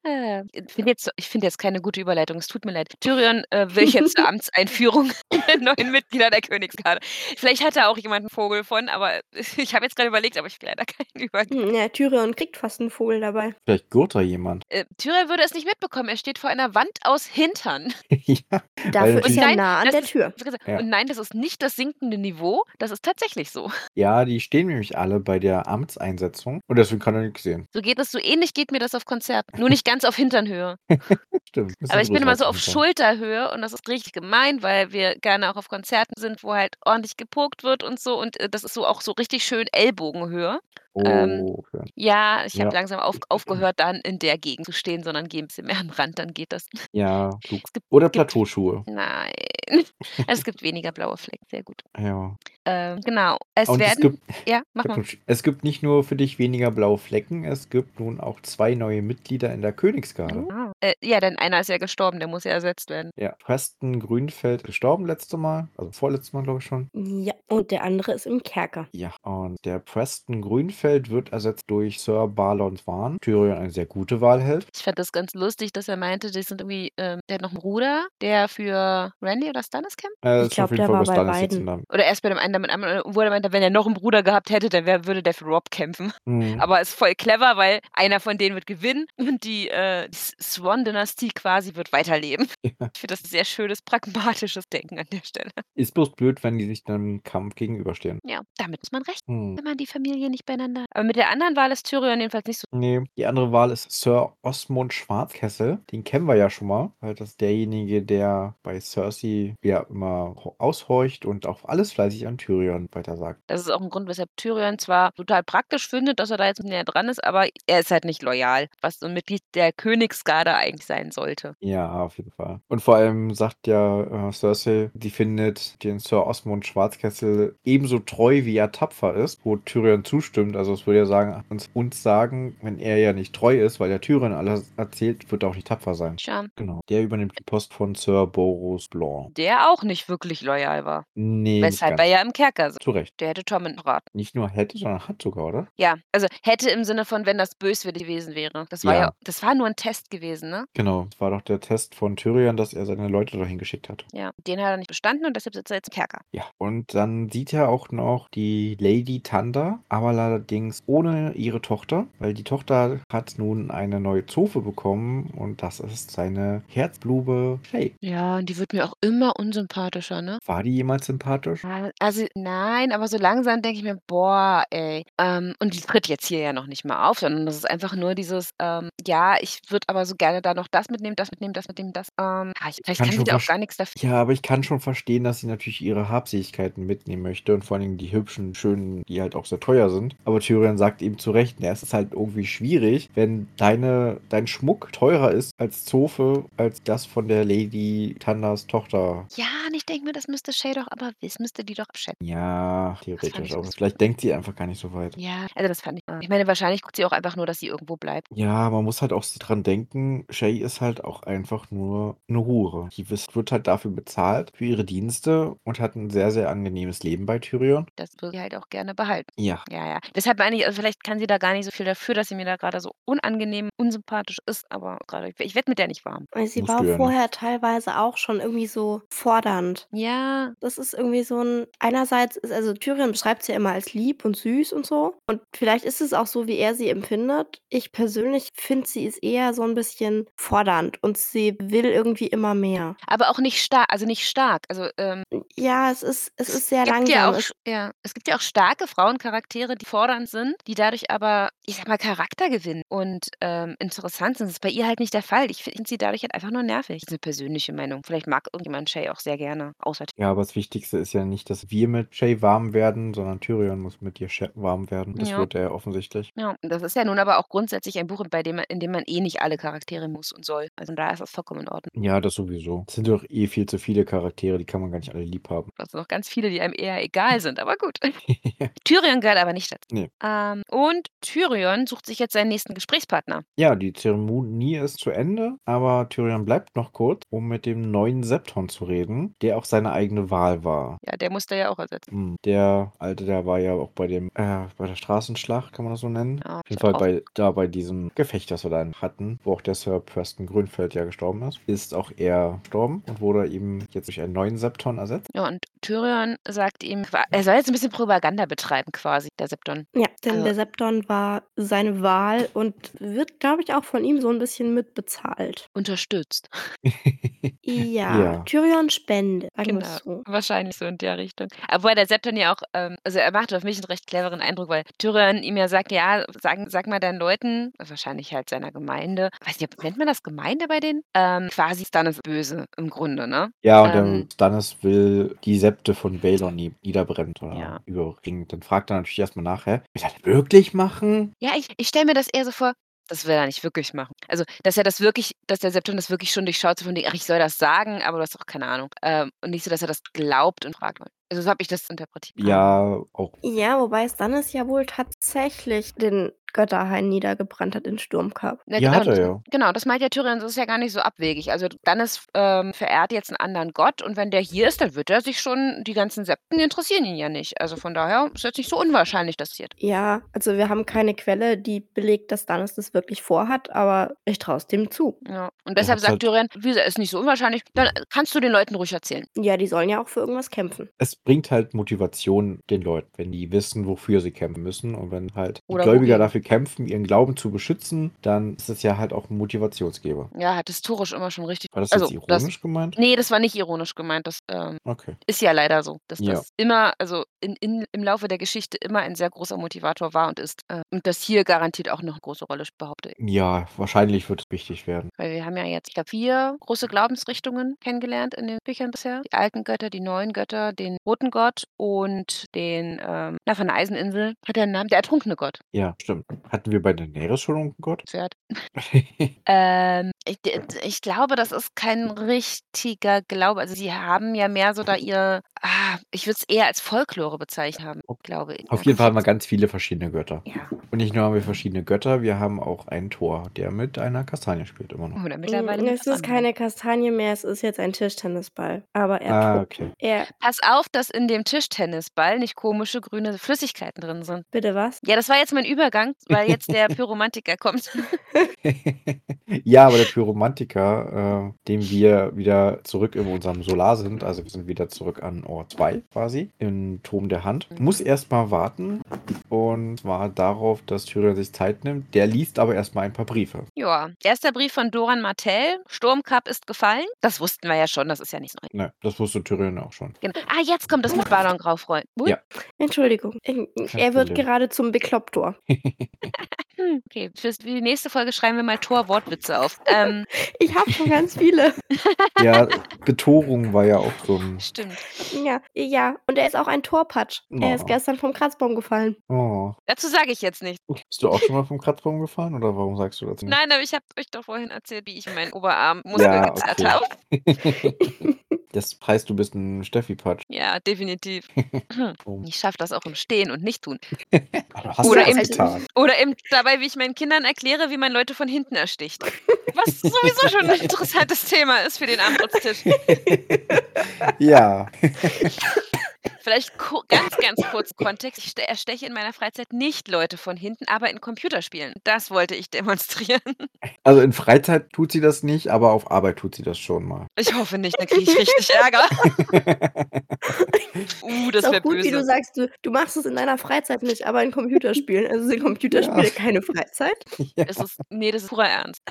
Äh, Ich finde jetzt, ich finde jetzt keine gute Überleitung. Es tut mir leid. Tyrion äh, will jetzt zur Amtseinführung <laughs> der neuen Mitglieder der Königsgarde. Vielleicht hat er auch jemanden Vogel von, aber <laughs> ich habe jetzt gerade überlegt, aber ich will leider keinen über.
Hm, Ja, Tyrion kriegt fast einen Vogel dabei.
Vielleicht gurt da jemand. <laughs>
Äh, Tyrion würde es nicht mitbekommen. Er steht vor einer Wand aus Hintern. <laughs>
ja.
Dafür
natürlich-
ist er
Nein,
nah an
das
der
ist-
Tür.
Ja.
Und nein, das ist nicht das sinkende Niveau. Das ist tatsächlich so.
ja, die stehen nämlich alle bei der Amtseinsetzung. Und deswegen kann er nichts sehen.
So geht es so ähnlich, geht mir das auf Konzerten. Nur nicht ganz
<laughs>
auf Hinternhöhe.
Stimmt. Bisschen
Aber ich bin
größer
immer so
als
auf
Hintern.
Schulterhöhe und das ist richtig gemein, weil wir gerne auch auf Konzerten sind, wo halt ordentlich gepokt wird und so. Und äh, das ist so auch so richtig schön Ellbogenhöhe. ähm,
Oh, okay.
Ja, ich habe
Ja.
langsam
<laughs>
auf, aufgehört, dann in der Gegend zu stehen, sondern gehe ein bisschen mehr am Rand, dann geht das. <laughs>
Ja, klug.
Es gibt,
Oder
gibt-
Plateauschuhe.
nein. <laughs> Also es gibt weniger blaue Flecken, sehr gut.
Ja.
Ähm, genau. Es
Und es
werden.
gibt,
ja, mach mal.
es gibt nicht nur für dich weniger blaue Flecken, es gibt nun auch zwei neue Mitglieder in der Königsgarde.
Ah. Äh, ja, denn einer ist ja gestorben, der muss ja ersetzt werden.
Ja, Preston Grünfeld gestorben letzte Mal, also vorletztes Mal glaube ich schon.
Ja, und der andere ist im Kerker.
Ja, und der Preston Grünfeld wird ersetzt durch Sir Balon Thorn. Tyrion eine sehr gute Wahl hält.
Ich fand das ganz lustig, dass er meinte, die sind irgendwie, ähm, der hat noch einen Bruder, der für Randy oder Stannis kämpft.
Äh, ist auf
Ich glaub,
jeden
der
Fall
war
bis
bei
Stannis jetzt
beiden.
im Namen.
Oder erst bei dem einen, dann mit einem anderen, wo er meinte, wenn er noch einen Bruder gehabt hätte, dann wär, würde der für Rob kämpfen.
Mhm.
Aber ist voll clever, weil einer von denen wird gewinnen und die äh, S- Swan-Dynastie quasi wird weiterleben. Ich finde das ein sehr schönes, pragmatisches Denken an der Stelle.
Ist bloß blöd, wenn die sich dann im Kampf gegenüberstehen.
Ja, damit ist man recht,
Hm.
wenn man die Familie nicht beieinander hat. Aber mit der anderen Wahl ist Tyrion jedenfalls nicht so.
Nee, die andere Wahl ist Sir Osmond Schwarzkessel. Den kennen wir ja schon mal, weil das ist derjenige, der bei Cersei ja immer ho- aushorcht und auch alles fleißig an Tyrion weiter sagt.
Das ist auch ein Grund, weshalb Tyrion zwar total praktisch findet, dass er da jetzt näher dran ist, aber er ist halt nicht loyal, was so ein Mitglied der Königsgarde Ritter eigentlich sein sollte.
Ja, auf jeden Fall. Und vor allem sagt ja äh, Cersei, die findet den Sir Osmond Schwarzkessel ebenso treu, wie er tapfer ist, wo Tyrion zustimmt. Also es würde ja sagen, uns, uns sagen, wenn er ja nicht treu ist, weil der Tyrion alles erzählt, wird er auch nicht tapfer sein.
Tja,
Genau. Der übernimmt die Post von Sir Boros Blanc.
der auch nicht wirklich loyal war.
Nee,
weshalb
nicht
er
ganz.
ja im Kerker sitzt.
Zu Recht.
Der hätte Tormund raten.
Nicht nur hätte, sondern hat sogar, oder?
Ja, also hätte im Sinne von, wenn das böswillig gewesen wäre. Das war ja.
Ja.
das war nur ein Test gewesen, ne?
Genau. Das war doch der Test von Tyrion, dass er seine Leute dahin geschickt hat.
Ja. Den hat er nicht bestanden und deshalb sitzt er jetzt im Kerker.
Ja, und dann sieht er auch noch die Lady Thunder, aber allerdings ohne ihre Tochter, weil die Tochter hat nun eine neue Zofe bekommen und das ist seine Herzblube Shay.
Ja, und die wird mir auch immer unsympathischer, ne?
War die jemals sympathisch?
Ja, Also nein, aber so langsam denke ich mir, boah, ey. Ähm, und die tritt jetzt hier ja noch nicht mal auf, sondern das ist einfach nur dieses, ähm, ja, ich würde aber so gerne da noch das mitnehmen, das mitnehmen, das mitnehmen, das. Ähm, ah, ich,
kann
vielleicht kann sie
schon
da auch
verst-
gar nichts dafür.
Ja, aber ich kann schon verstehen, dass sie natürlich ihre Habseligkeiten mitnehmen möchte und vor allen Dingen die hübschen, schönen, die halt auch sehr teuer sind. Aber Tyrion sagt eben zu Recht, na, es ist halt irgendwie schwierig, wenn deine, dein Schmuck teurer ist als Zofe, als das von der Lady Thunders Tochter.
Ja, und ich denke mir, das müsste Shay doch aber wissen, müsste die doch abschätzen.
Ja, theoretisch,
ich
aber
lustig.
vielleicht denkt sie einfach gar nicht so weit.
Ja, also das fand ich. Ich meine, wahrscheinlich guckt sie auch einfach nur, dass sie irgendwo bleibt.
Ja, man muss halt auch dran denken, Shay ist halt auch einfach nur eine Hure. Die wird wird halt dafür bezahlt, für ihre Dienste und hat ein sehr, sehr angenehmes Leben bei Tyrion.
Das würde sie halt auch gerne behalten.
Ja,
Ja, ja. Deshalb meine ich, also vielleicht kann sie da gar nicht so viel dafür, dass sie mir da gerade so unangenehm, unsympathisch ist, aber gerade, ich, ich werde mit der nicht warm.
Weil sie
Musst
war
du ja
vorher teilweise auch schon irgendwie so fordernd.
Ja,
Das ist irgendwie so ein. Einerseits ist, also Tyrion beschreibt sie ja immer als lieb und süß und so. Und vielleicht ist es auch so, wie er sie empfindet. Ich persönlich finde, sie ist eher so ein bisschen fordernd und sie will irgendwie immer mehr.
aber auch nicht stark, also nicht stark. Also ähm,
Ja, es ist, es ist sehr
gibt
langsam.
ja auch,
es,
sch- ja, es gibt ja auch starke Frauencharaktere, die fordernd sind, die dadurch aber, ich sag mal, Charakter gewinnen und ähm, interessant sind. Das ist bei ihr halt nicht der Fall. Ich finde sie dadurch halt einfach nur nervig. Das ist eine persönliche Meinung. Vielleicht mag irgendjemand Shay auch sehr gerne, außer
Ja, aber das Wichtigste ist ja nicht, dass wir mit Shay warm werden, sondern Tyrion muss mit dir Sha- warm werden. Und Das
Ja.
wird er offensichtlich.
Ja, und das ist ja nun aber auch grundsätzlich ein Buch, bei dem man, in dem man eh nicht alle Charaktere muss und soll. Also da ist das vollkommen in Ordnung.
Ja, das sowieso. Es sind doch eh viel zu viele Charaktere, die kann man gar nicht alle lieb haben. <laughs>
Da sind noch ganz viele, die einem eher egal sind, aber gut. <laughs> Tyrion gehört aber nicht dazu.
Nee.
Ähm, und Tyrion sucht sich jetzt seinen nächsten Gesprächspartner.
ja, die Zeremonie ist zu Ende, aber Tyrion bleibt noch kurz, um mit dem neuen Septon zu reden, der auch seine eigene Wahl war.
Ja, der musste ja auch also ersetzen.
Mm, Der alte, der war ja auch bei dem, äh, bei der Straßenschlacht, kann man das so nennen.
Ja,
Auf jeden
ist
Fall
ja
bei, da bei diesem Gefecht, das wir dann hatten, wo auch der Sir Preston Grünfeld ja gestorben ist, ist auch er gestorben und wurde eben jetzt durch einen neuen Septon ersetzt. <laughs>
Ja, und Tyrion sagt ihm, qua- er soll jetzt ein bisschen Propaganda betreiben, quasi, der Septon.
ja, denn
Also-
der Septon war seine Wahl und wird, glaube ich, auch von ihm so ein bisschen mitbezahlt.
Unterstützt. <laughs>
Ja,
Ja.
Tyrion spendet. Sagen wir's
Genau.
so.
Wahrscheinlich so in der Richtung. Aber der Septon ja auch, ähm, also er macht auf mich einen recht cleveren Eindruck, weil Tyrion ihm ja sagt, ja, sag, sag mal deinen Leuten, wahrscheinlich halt seiner Gemeinde, weiß nicht, ob- nennt man das Gemeinde bei denen? Ähm, quasi ist dann das Böse im Grunde, ne?
Ja, und
Ähm.
der Stannis will die Septe von Baelor nie- niederbrennen oder
Ja.
überbringen. Dann fragt er natürlich erstmal nach, hä? Will er das wirklich machen?
Ja, ich, ich stelle mir das eher so vor, das will er nicht wirklich machen. Also, dass er das wirklich, dass der Septon das wirklich schon durchschaut, so von dem, ach, ich soll das sagen, aber du hast doch keine Ahnung. Ähm, und nicht so, dass er das glaubt und fragt. Also, so habe ich das interpretiert. Ähm,
Ja, auch
Ja, wobei Stannis ja wohl tatsächlich den Götterhain niedergebrannt hat in Sturmkap.
na,
Ja,
genau,
hat er
das,
ja.
genau, das meint ja Tyrion, das ist ja gar nicht so abwegig. Also, dann ist, ähm, verehrt jetzt einen anderen Gott und wenn der hier ist, dann wird er sich schon, die ganzen Septen interessieren ihn ja nicht. Also, von daher ist jetzt nicht so unwahrscheinlich, dass hier.
Ja, also wir haben keine Quelle, die belegt, dass Stannis das wirklich vorhat, aber ich traue es dem zu.
Ja. Und
Er
deshalb
hat's
sagt
halt-
Tyrion, wie gesagt, ist nicht so unwahrscheinlich, dann kannst du den Leuten ruhig erzählen.
Ja, die sollen ja auch für irgendwas kämpfen.
es bringt halt Motivation den Leuten, wenn die wissen, wofür sie kämpfen müssen. Und wenn halt die
Oder
Gläubiger
wogegen.
dafür kämpfen, ihren Glauben zu beschützen, dann ist es ja halt auch ein Motivationsgeber.
Ja, hat historisch immer schon richtig.
War das
also,
jetzt
das.
ironisch gemeint?
Nee, Ne, das war nicht ironisch gemeint. Das ähm,
Okay.
ist ja leider so, dass
Ja.
das immer, also in, in, im Laufe der Geschichte immer ein sehr großer Motivator war und ist. Äh, und das hier garantiert auch noch eine große Rolle sp- behaupte ich.
Ja, wahrscheinlich wird es wichtig werden.
Weil wir haben ja jetzt, ich glaube, vier große Glaubensrichtungen kennengelernt in den Büchern bisher. Die alten Götter, die neuen Götter, den roten Gott und den, ähm, na, von der Eiseninsel hat er einen Namen, der ertrunkene Gott.
Ja, stimmt. Hatten wir bei Daenerys schon einen Gott?
Pferd. Ähm, Ich, d- d- ich glaube, das ist kein richtiger Glaube. Also sie haben ja mehr so da
Hm.
ihr, ah, ich würde es eher als Folklore bezeichnen haben, glaube ich.
<laughs> Auf jeden Fall haben wir ganz viele verschiedene Götter.
Ja, oh,
Und nicht nur haben wir verschiedene Götter, wir haben auch einen Tor, der mit einer Kastanie spielt immer noch.
oder mittlerweile.
Mm,
mit
Es ist
anderen.
keine Kastanie mehr, es ist jetzt ein Tischtennisball. Aber er,
Ah,
tro-
okay.
er
Pass auf, dass in dem Tischtennisball nicht komische grüne Flüssigkeiten drin sind.
bitte was?
Ja, das war jetzt mein Übergang,
<laughs>
weil jetzt der Pyromantiker kommt. <laughs>
<laughs> ja, aber der Pyromantiker, äh, dem wir wieder zurück in unserem Solar sind, also wir sind wieder zurück an Ort 2 quasi, im Turm der Hand,
Mhm.
muss erstmal warten und war darauf, dass Tyrion sich Zeit nimmt. Der liest aber erstmal ein paar Briefe.
Ja, erster Brief von Doran Martell. Sturmcup ist gefallen. Das wussten wir ja schon, das ist ja nichts Neues.
Ne, das wusste Tyrion auch schon.
Genau. Ah, jetzt kommt das mit Ballon raufrollen. Ui.
Ja.
Entschuldigung. Er,
Kein
er wird
Problem.
gerade zum Beklopptor.
Hm, Okay, für die nächste Folge schreiben wir mal Tor-Wortwitze auf. Ähm,
Ich habe schon ganz viele.
<laughs>
<laughs>
Ja, Betorung war ja auch so ein.
stimmt.
Ja, ja. Und er ist auch ein Torpatsch. Er ist
Oh.
gestern vom Kratzbaum gefallen.
Oh.
Dazu sage ich jetzt nichts.
Bist du auch schon mal vom Kratzbaum gefahren oder warum sagst du das
Hm.
nicht?
Nein, aber ich habe euch doch vorhin erzählt, wie ich meinen Oberarmmuskel
Ja,
gezerrt
okay.
habe.
<laughs> Das heißt, du bist ein Steffi-Patsch.
Ja,
<laughs>
definitiv. <clears throat>
Oh.
Ich schaffe das auch im Stehen und nicht tun.
Ah, du hast
Oder
das
im-
getan.
Oder eben dabei, wie ich meinen Kindern erkläre, wie man Leute von hinten ersticht.
<laughs>
Was sowieso schon ein interessantes Thema ist für den Abendbrotstisch.
ja.
Vielleicht ku- ganz, ganz kurz Kontext. Ich ste- ersteche in meiner Freizeit nicht Leute von hinten, aber in Computerspielen. Das wollte ich demonstrieren.
Also in Freizeit tut sie das nicht, aber auf Arbeit tut sie das schon mal.
Ich hoffe nicht, dann kriege ich richtig
<laughs>
Ärger. Uh, das
ist
wäre
auch gut, wie du
böse.
sagst, du, du machst es in deiner Freizeit nicht, aber in Computerspielen.
<laughs>
Also sind Computerspiele
Ja.
keine Freizeit.
ja.
Das ist, nee, das ist purer Ernst.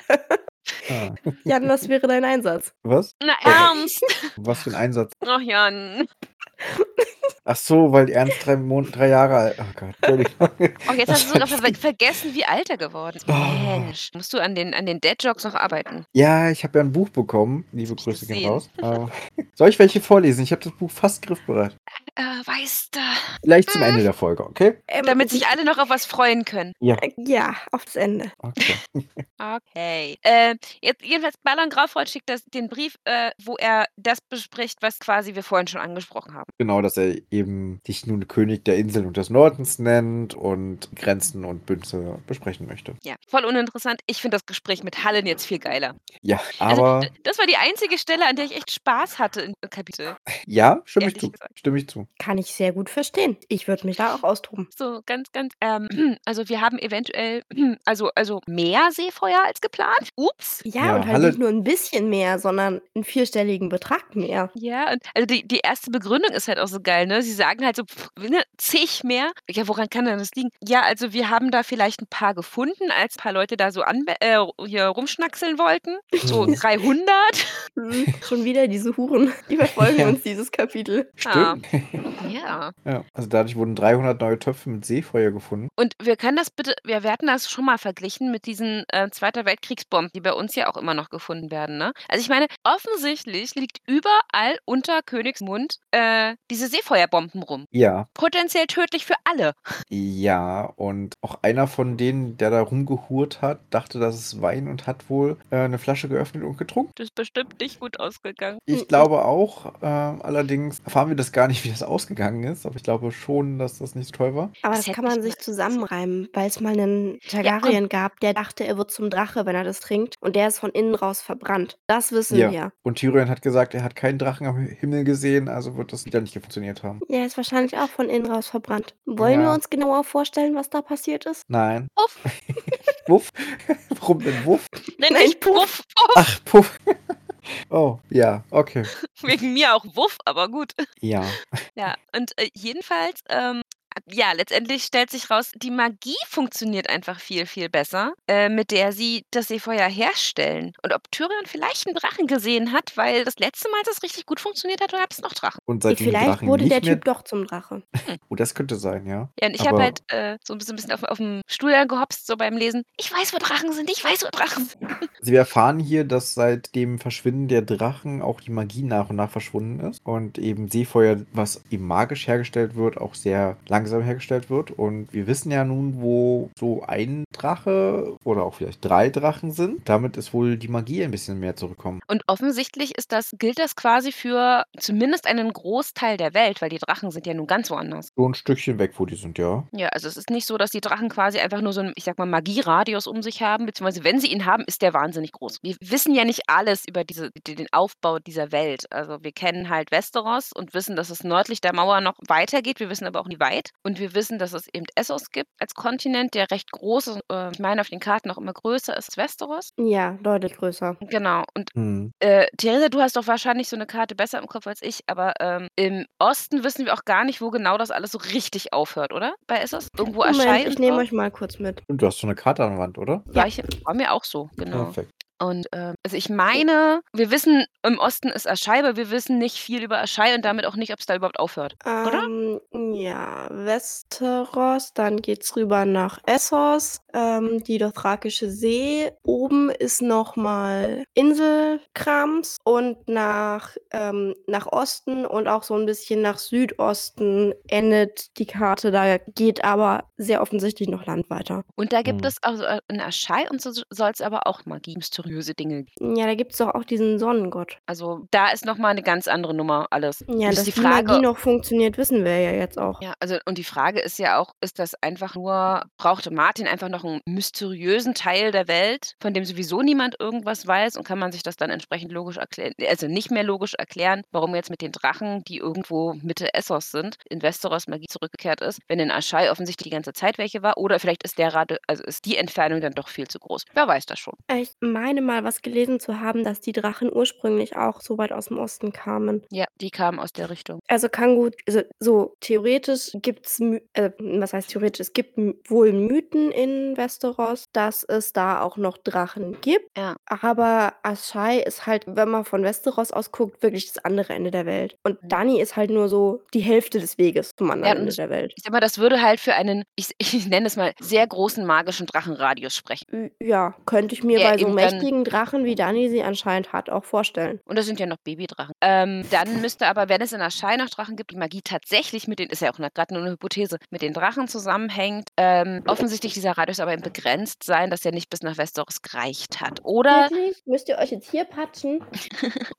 ah.
Jan, was wäre dein Einsatz?
Was?
Na, Ernst!
Was für ein Einsatz?
Ach Jan.
Ach so, weil Ernst drei, Mon drei Jahre alt. Oh Gott, Entschuldigung.
Oh, jetzt hast du sogar ver vergessen, wie alt er geworden ist.
Oh.
Mensch, musst du an den, an den Dead-Jokes noch arbeiten?
Ja, ich habe ja ein Buch bekommen. Liebe Grüße gehen
gesehen.
raus. Aber- Soll ich welche vorlesen? Ich habe das Buch fast griffbereit.
Äh, weißt du,
Vielleicht zum Ende der Folge, okay?
Ähm,
damit sich alle noch auf was freuen können.
äh, Ja, aufs Ende.
Okay.
Okay. Äh, jetzt, jedenfalls, Ballon Graufreud schickt das, den Brief, äh, wo er das bespricht, was quasi wir vorhin schon angesprochen haben.
Genau, dass er eben dich nun König der Inseln und des Nordens nennt und Grenzen und Bünze besprechen möchte.
Ja, voll uninteressant. Ich finde das Gespräch mit Hallen jetzt viel geiler.
Ja, aber
also, d- das war die einzige Stelle, an der ich echt Spaß hatte im Kapitel.
ja, stimme ich
ehrlich
zu.
gesagt.
Stimme ich zu.
Kann ich sehr gut verstehen. Ich würde mich da auch austoben.
So ganz, ganz, ähm, <clears throat> also wir haben eventuell, <clears throat> also, also mehr Seefeuer als geplant. Ups.
Ja,
Ja,
und halt
Halle-
nicht nur ein bisschen mehr, sondern einen vierstelligen Betrag mehr.
Ja, und also die, die erste Begründung ist halt auch so geil, ne? Sie sagen halt so, pff, ne, zig mehr. Ja, woran kann denn das liegen? Ja, also wir haben da vielleicht ein paar gefunden, als ein paar Leute da so an, äh, hier rumschnackseln wollten.
<laughs>
So
Hm.
300.
<laughs>
Hm, Schon wieder diese Huren, die verfolgen
Ja.
uns dieses Kapitel.
Stimmt.
Ja.
Ja, also dadurch wurden 300 neue Töpfe mit Seefeuer gefunden.
Und wir können das bitte, wir werden das schon mal verglichen mit diesen äh, Zweiter Weltkriegsbomben, die bei uns ja auch immer noch gefunden werden, ne? Also ich meine, offensichtlich liegt überall unter Königsmund äh, diese Seefeuerbomben rum.
Ja,
Potenziell tödlich für alle.
ja. Und auch einer von denen, der da rumgehurt hat, dachte, das ist Wein und hat wohl äh, eine Flasche geöffnet und getrunken.
Das ist bestimmt nicht gut <laughs> ausgegangen.
Ich
Mhm.
glaube auch, äh, allerdings erfahren wir das gar nicht, wie das ausgegangen ist, aber ich glaube schon, dass das nicht so toll war.
Aber
Das
das
hätte
kann
mich
man sich
mal-
zusammenreimen, weil es mal einen
komm.
Targaryen gab, der dachte, er wird zum Drache, wenn er das trinkt. Und der ist von innen raus verbrannt. Das wissen
Ja.
wir.
Und Tyrion hat gesagt, er hat keinen Drachen am Himmel gesehen, also wird das wieder nicht funktioniert haben.
Er ist wahrscheinlich auch von innen raus verbrannt. Wollen wir
Ja.
uns genauer vorstellen, was da passiert ist?
Nein.
Puff.
<laughs> Wuff. <laughs> Warum denn Wuff?
Nenn
Nein,
mich Puff. Puff.
Ach, Puff. <laughs> Oh, ja, okay.
Wegen mir auch Wuff, aber gut.
Ja.
Ja, und äh, jedenfalls, ähm, ja, letztendlich stellt sich raus, die Magie funktioniert einfach viel, viel besser, äh, mit der sie das Seefeuer herstellen. Und ob Tyrion vielleicht einen Drachen gesehen hat, weil das letzte Mal, dass es richtig gut funktioniert hat, gab es noch Drachen.
Und
Ja,
seitdem die
Vielleicht
Drachen
wurde
nicht
der
mehr...
Typ doch zum Drache.
Oh, das könnte sein, ja.
Ja, und ich habe
Aber-
halt äh, so ein bisschen, bisschen auf, auf dem Stuhl dann gehopst, so beim Lesen. Ich weiß, wo Drachen sind, ich weiß, wo Drachen sind.
Also wir erfahren hier, dass seit dem Verschwinden der Drachen auch die Magie nach und nach verschwunden ist. Und eben Seefeuer, was eben magisch hergestellt wird, auch sehr lange langsam hergestellt wird. Und wir wissen ja nun, wo so ein Drache oder auch vielleicht drei Drachen sind. Damit ist wohl die Magie ein bisschen mehr zurückkommen.
Und offensichtlich ist das, gilt das quasi für zumindest einen Großteil der Welt, weil die Drachen sind ja nun ganz woanders.
So ein Stückchen weg, wo die sind, ja.
Ja, also es ist nicht so, dass die Drachen quasi einfach nur so einen, ich sag mal, Magieradius um sich haben, beziehungsweise wenn sie ihn haben, ist der wahnsinnig groß. Wir wissen ja nicht alles über diese, die- den Aufbau dieser Welt. Also wir kennen halt Westeros und wissen, dass es nördlich der Mauer noch weitergeht. Wir wissen aber auch nie weit. Und wir wissen, dass es eben Essos gibt als Kontinent, der recht groß ist. Äh, ich meine, auf den Karten auch immer größer ist als Westeros.
Ja, deutlich größer.
Genau. Und
Hm.
äh, Theresa, du hast doch wahrscheinlich so eine Karte besser im Kopf als ich, aber ähm, im Osten wissen wir auch gar nicht, wo genau das alles so richtig aufhört, oder? Bei Essos? Irgendwo
Moment,
erscheint.
ich nehme euch mal kurz mit.
Und du hast so eine Karte an der Wand, oder?
War, ich, war mir auch so, genau.
Perfekt.
Und ähm, also ich meine, wir wissen, im Osten ist Aschai, aber wir wissen nicht viel über Aschai und damit auch nicht, ob es da überhaupt aufhört. Oder?
Ähm, ja, Westeros, dann geht's rüber nach Essos, ähm, die Dothrakische See. Oben ist nochmal Inselkrams und nach, ähm, nach Osten und auch so ein bisschen nach Südosten endet die Karte. Da geht aber sehr offensichtlich noch Land weiter.
Und da gibt
Hm.
es also äh, in Aschai und so soll es aber auch Magie, mysteriöse Dinge geben.
Ja, da gibt's doch auch diesen Sonnengott.
Also da ist nochmal eine ganz andere Nummer alles.
Ja,
Das
dass
ist die
die,
Frage-
Magie noch funktioniert, wissen wir ja jetzt auch.
Ja, also und die Frage ist ja auch, ist das einfach nur, brauchte Martin einfach noch einen mysteriösen Teil der Welt, von dem sowieso niemand irgendwas weiß und kann man sich das dann entsprechend logisch erklären, also nicht mehr logisch erklären, warum jetzt mit den Drachen, die irgendwo Mitte Essos sind, in Westeros Magie zurückgekehrt ist, wenn in Aschai offensichtlich die ganze Zeit welche war oder vielleicht ist der Rad, also ist die Entfernung dann doch viel zu groß. Wer weiß das schon.
Ich meine mal, was gelesen zu haben, dass die Drachen ursprünglich auch so weit aus dem Osten kamen.
Ja, die kamen aus der Richtung.
Also kann gut, also so theoretisch gibt es, äh, was heißt theoretisch, es gibt m- wohl Mythen in Westeros, dass es da auch noch Drachen gibt.
Ja.
Aber Aschai ist halt, wenn man von Westeros aus guckt, wirklich das andere Ende der Welt. Und Dani ist halt nur so die Hälfte des Weges zum anderen
und
Ende der Welt.
Ich sag mal, Mhm. das würde halt für einen, ich, <laughs> ich nenne es mal, sehr großen magischen Drachenradius sprechen.
Ü- Ja, könnte ich mir
Der
bei so
eben dann-
mächtigen Drachen, wie Dani sie anscheinend hat, auch vorstellen.
Und das sind ja noch Babydrachen. Ähm, dann müsste aber, wenn es in Aschai noch Drachen gibt, die Magie tatsächlich mit den, ist ja auch gerade nur eine Hypothese, mit den Drachen zusammenhängt. Ähm, offensichtlich dieser Radius aber eben begrenzt sein, dass er nicht bis nach Westeros gereicht hat. Oder,
Wirklich? Müsst ihr euch jetzt hier patschen?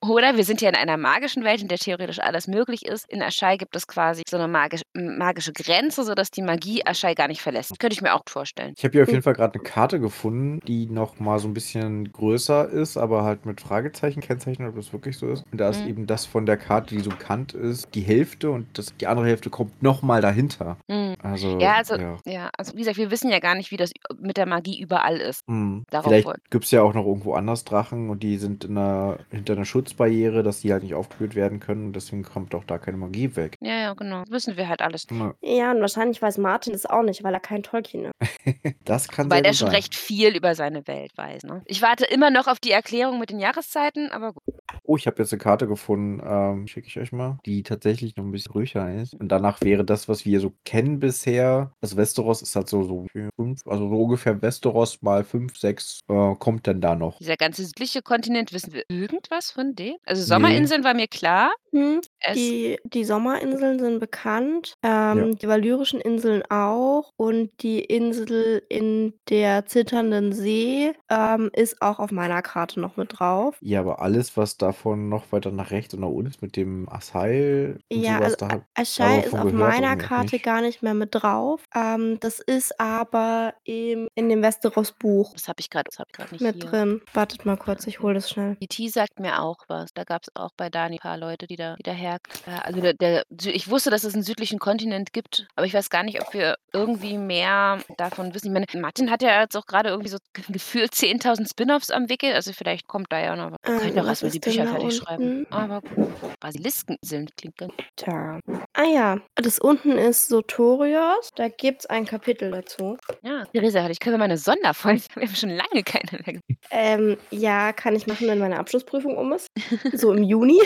oder wir sind ja in einer magischen Welt, in der theoretisch alles möglich ist. In Aschai gibt es quasi so eine magisch, m- magische Grenze, sodass die Magie Aschai gar nicht verlässt. Könnte ich mir auch vorstellen.
Ich habe hier auf
Mhm.
jeden Fall gerade eine Karte gefunden, die noch mal so ein bisschen größer ist, aber halt mit Fragezeichen kennzeichnet, ob das wirklich so ist. Und da ist
Mhm.
eben das von der Karte, die so bekannt ist, die Hälfte und das, die andere Hälfte kommt noch mal dahinter.
Hm.
Also
Ja, also-
ja.
Ja, also wie gesagt, wir wissen ja gar nicht, wie das mit der Magie überall ist.
Hm.
Darauf
Vielleicht
wollte-
gibt es ja auch noch irgendwo anders Drachen und die sind in einer, hinter einer Schutzbarriere, dass die halt nicht aufgespürt werden können und deswegen kommt auch da keine Magie weg.
Ja, ja, genau. Wissen wir halt alles nicht.
Hm.
Ja, und wahrscheinlich weiß Martin das auch nicht, weil er kein Tolkien ist.
Das kann
Weil
sehr
er
gut
schon
sein.
recht viel über seine Welt weiß. Ne? Ich warte immer noch auf die Erklärung mit den Jahreszeiten, aber gut.
Oh, ich habe jetzt eine Karte gefunden, ähm, schicke ich euch mal, die tatsächlich noch ein bisschen röcher ist. Und danach wäre das, was wir so kennen bisher. Also Westeros ist halt so, so fünf, also so ungefähr Westeros mal fünf, sechs äh, kommt dann da noch.
Dieser ganze südliche Kontinent, wissen wir irgendwas von dem? Also Sommerinseln war mir klar.
Hm?
Es,
Die, die Sommerinseln sind bekannt, ähm, die Valyrischen Inseln auch und die Insel in der zitternden See ähm, ist auch auf meiner Karte noch mit drauf.
Ja, aber alles, was davon noch weiter nach rechts und nach unten ist, mit dem Asail und
Ja,
sowas,
also
äh,
da hab-
Aschai
aber
ist
von
auf
gehört
meiner
irgendwie auch
Karte
nicht.
gar nicht mehr mit drauf. Ähm, das ist aber im, in dem Westeros-Buch
das habe ich gerade hab ich grad nicht
mit
hier.
drin. Wartet mal kurz, ich hole das schnell.
Die T sagt mir auch was. Da gab es auch bei Dani ein paar Leute, die da, die da her. Ja, Also der, der, Sü- ich wusste, dass es einen südlichen Kontinent gibt, aber ich weiß gar nicht, ob wir irgendwie mehr davon wissen. Ich meine, Martin hat ja jetzt auch gerade irgendwie so <laughs> ge- gefühlt 10.000 Spin-offs am Wickel. Also vielleicht kommt da ja noch was. Wir
Ähm,
könnten auch
was
erstmal die
ist denn
Bücher
da
fertig schreiben.
unten?
Aber gut. Basiliskeninseln klingt ganz.
Da. Ah ja, das unten ist Sotorios. Da gibt es ein Kapitel dazu.
Ja, Theresa, ich könnte mal eine Sonderfolge. <laughs> Wir haben schon lange keine mehr. gemacht.
Ähm, ja, kann ich machen, wenn meine Abschlussprüfung um ist. So im Juni.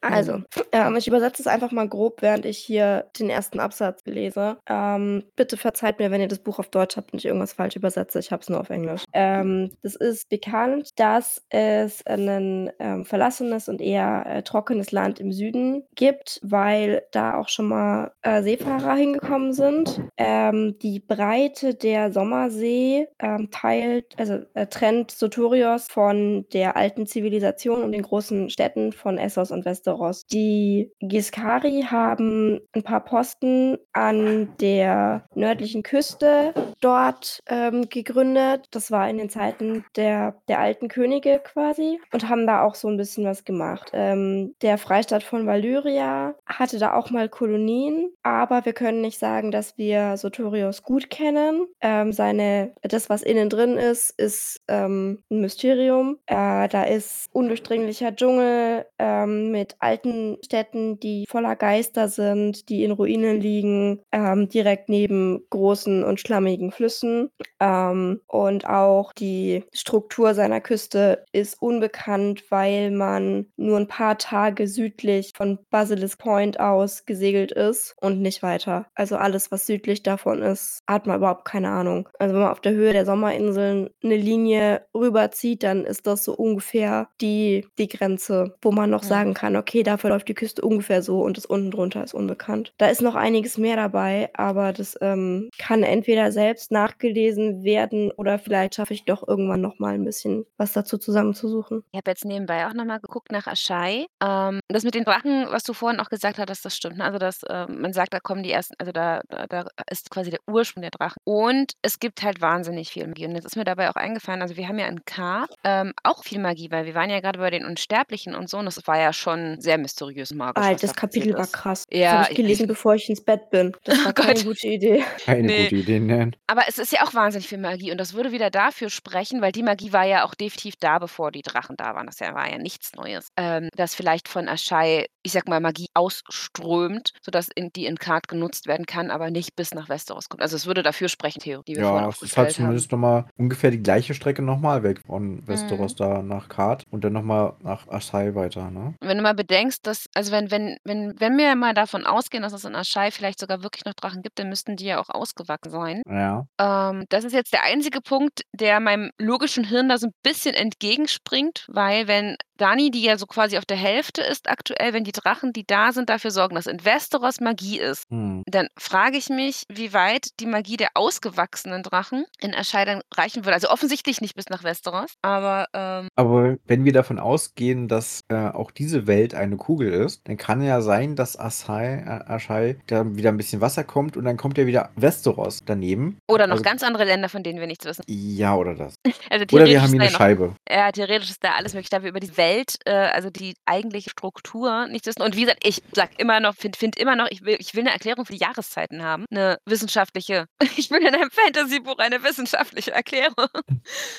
Also, ähm, ich übersetze es einfach mal grob, während ich hier den ersten Absatz lese. Ähm, bitte verzeiht mir, wenn ihr das Buch auf Deutsch habt und ich irgendwas falsch übersetze. Ich habe es nur auf Englisch. Ähm, das ist bekannt, dass es ein ähm, verlassenes und eher äh, trockenes Land im Süden gibt, weil da auch schon mal äh, Seefahrer hingekommen sind. Ähm, die Breite der Sommersee ähm, teilt, also äh, trennt Sotorios von der alten Zivilisation und den großen Städten von Essos und Westeros. Die Giskari haben ein paar Posten an der nördlichen Küste dort ähm, gegründet. Das war in den Zeiten der, der alten Könige quasi und haben da auch so ein bisschen was gemacht. Ähm, der Freistaat von Valyria hatte da auch mal Kolonien, aber wir können nicht sagen, dass wir Sotorius gut kennen. Ähm, seine, das, was innen drin ist, ist ähm, ein Mysterium. Äh, da ist undurchdringlicher Dschungel ähm, mit alten Städten, die voller Geister sind, die in Ruinen liegen, ähm, direkt neben großen und schlammigen Flüssen. Ähm, und auch die Struktur seiner Küste ist unbekannt, weil man nur ein paar Tage südlich von Basilisk Point aus gesegelt ist und nicht weiter. Also alles, was südlich davon ist, hat man überhaupt keine Ahnung. Also wenn man auf der Höhe der Sommerinseln eine Linie rüberzieht, dann ist das so ungefähr die, die Grenze, wo man noch
Ja.
sagen kann, okay, da verläuft die Küste ungefähr so und das unten drunter ist unbekannt. Da ist noch einiges mehr dabei, aber das ähm, kann entweder selbst nachgelesen werden oder vielleicht schaffe ich doch irgendwann nochmal ein bisschen was dazu zusammenzusuchen.
Ich habe jetzt nebenbei auch nochmal geguckt nach Aschai. Ähm, das mit den Drachen, was du vorhin auch gesagt hattest, das stimmt. ne? Also das, ähm, man sagt, da kommen die ersten, also da, da, da ist quasi der Ursprung der Drachen. Und es gibt halt wahnsinnig viel Magie. Und jetzt ist mir dabei auch eingefallen, also wir haben ja in K ähm, auch viel Magie, weil wir waren ja gerade bei den Unsterblichen und so. Und das war ja schon sehr mysteriös und magisch.
Alter,
was da
das Kapitel
passiert
war
ist.
krass.
Ja,
das habe
ich- Oh
ich gelesen, bevor ich ins Bett bin. Das war
Gott.
keine gute Idee.
Keine
Nee.
gute Idee, ne? nein.
Aber es ist ja auch wahnsinnig viel Magie und das würde wieder dafür sprechen, weil die Magie war ja auch definitiv da, bevor die Drachen da waren. Das ja- war ja nichts Neues. Ähm, dass vielleicht von Ashai, ich sag mal, Magie ausströmt, sodass in, die in Kart genutzt werden kann, aber nicht bis nach Westeros kommt. Also es würde dafür sprechen, Theo, die wir vorhin
Ja, es ist halt
aufgestellt haben.
zumindest nochmal ungefähr die gleiche Strecke nochmal weg von
Mhm.
Westeros da nach Kart und dann nochmal nach Asai weiter, ne?
Wenn du mal bedenkst, dass, also wenn, wenn, wenn, wenn wir mal davon ausgehen, dass es in Ashai vielleicht sogar wirklich noch Drachen gibt, dann müssten die ja auch ausgewachsen sein.
Ja.
Ähm, das ist jetzt der einzige Punkt, der meinem logischen Hirn da so ein bisschen entgegenspringt, weil wenn Dani, die ja so quasi auf der Hälfte ist aktuell, wenn die Drachen, die da sind, dafür sorgen, dass in Westeros Magie ist,
Hm.
dann frage ich mich, wie weit die Magie der ausgewachsenen Drachen in Erschei dann reichen würde. Also offensichtlich nicht bis nach Westeros, aber ähm,
Aber wenn wir davon ausgehen, dass äh, auch diese Welt eine Kugel ist, dann kann ja sein, dass Asai, äh, Ashai da wieder ein bisschen Wasser kommt und dann kommt ja wieder Westeros daneben.
oder noch
Also-
ganz andere Länder, von denen wir nichts wissen.
Ja, oder das.
Also
Oder wir
theoretisch
haben
ist
hier eine
da ja noch
Scheibe.
Ja, theoretisch ist da alles möglich, da wir über die Welt, äh, also die eigentliche Struktur nicht wissen. Und wie gesagt, ich sag immer noch, finde find immer noch, ich will, ich will eine Erklärung für die Jahreszeiten haben. Eine wissenschaftliche. <laughs> Ich will in einem Fantasy-Buch eine wissenschaftliche Erklärung.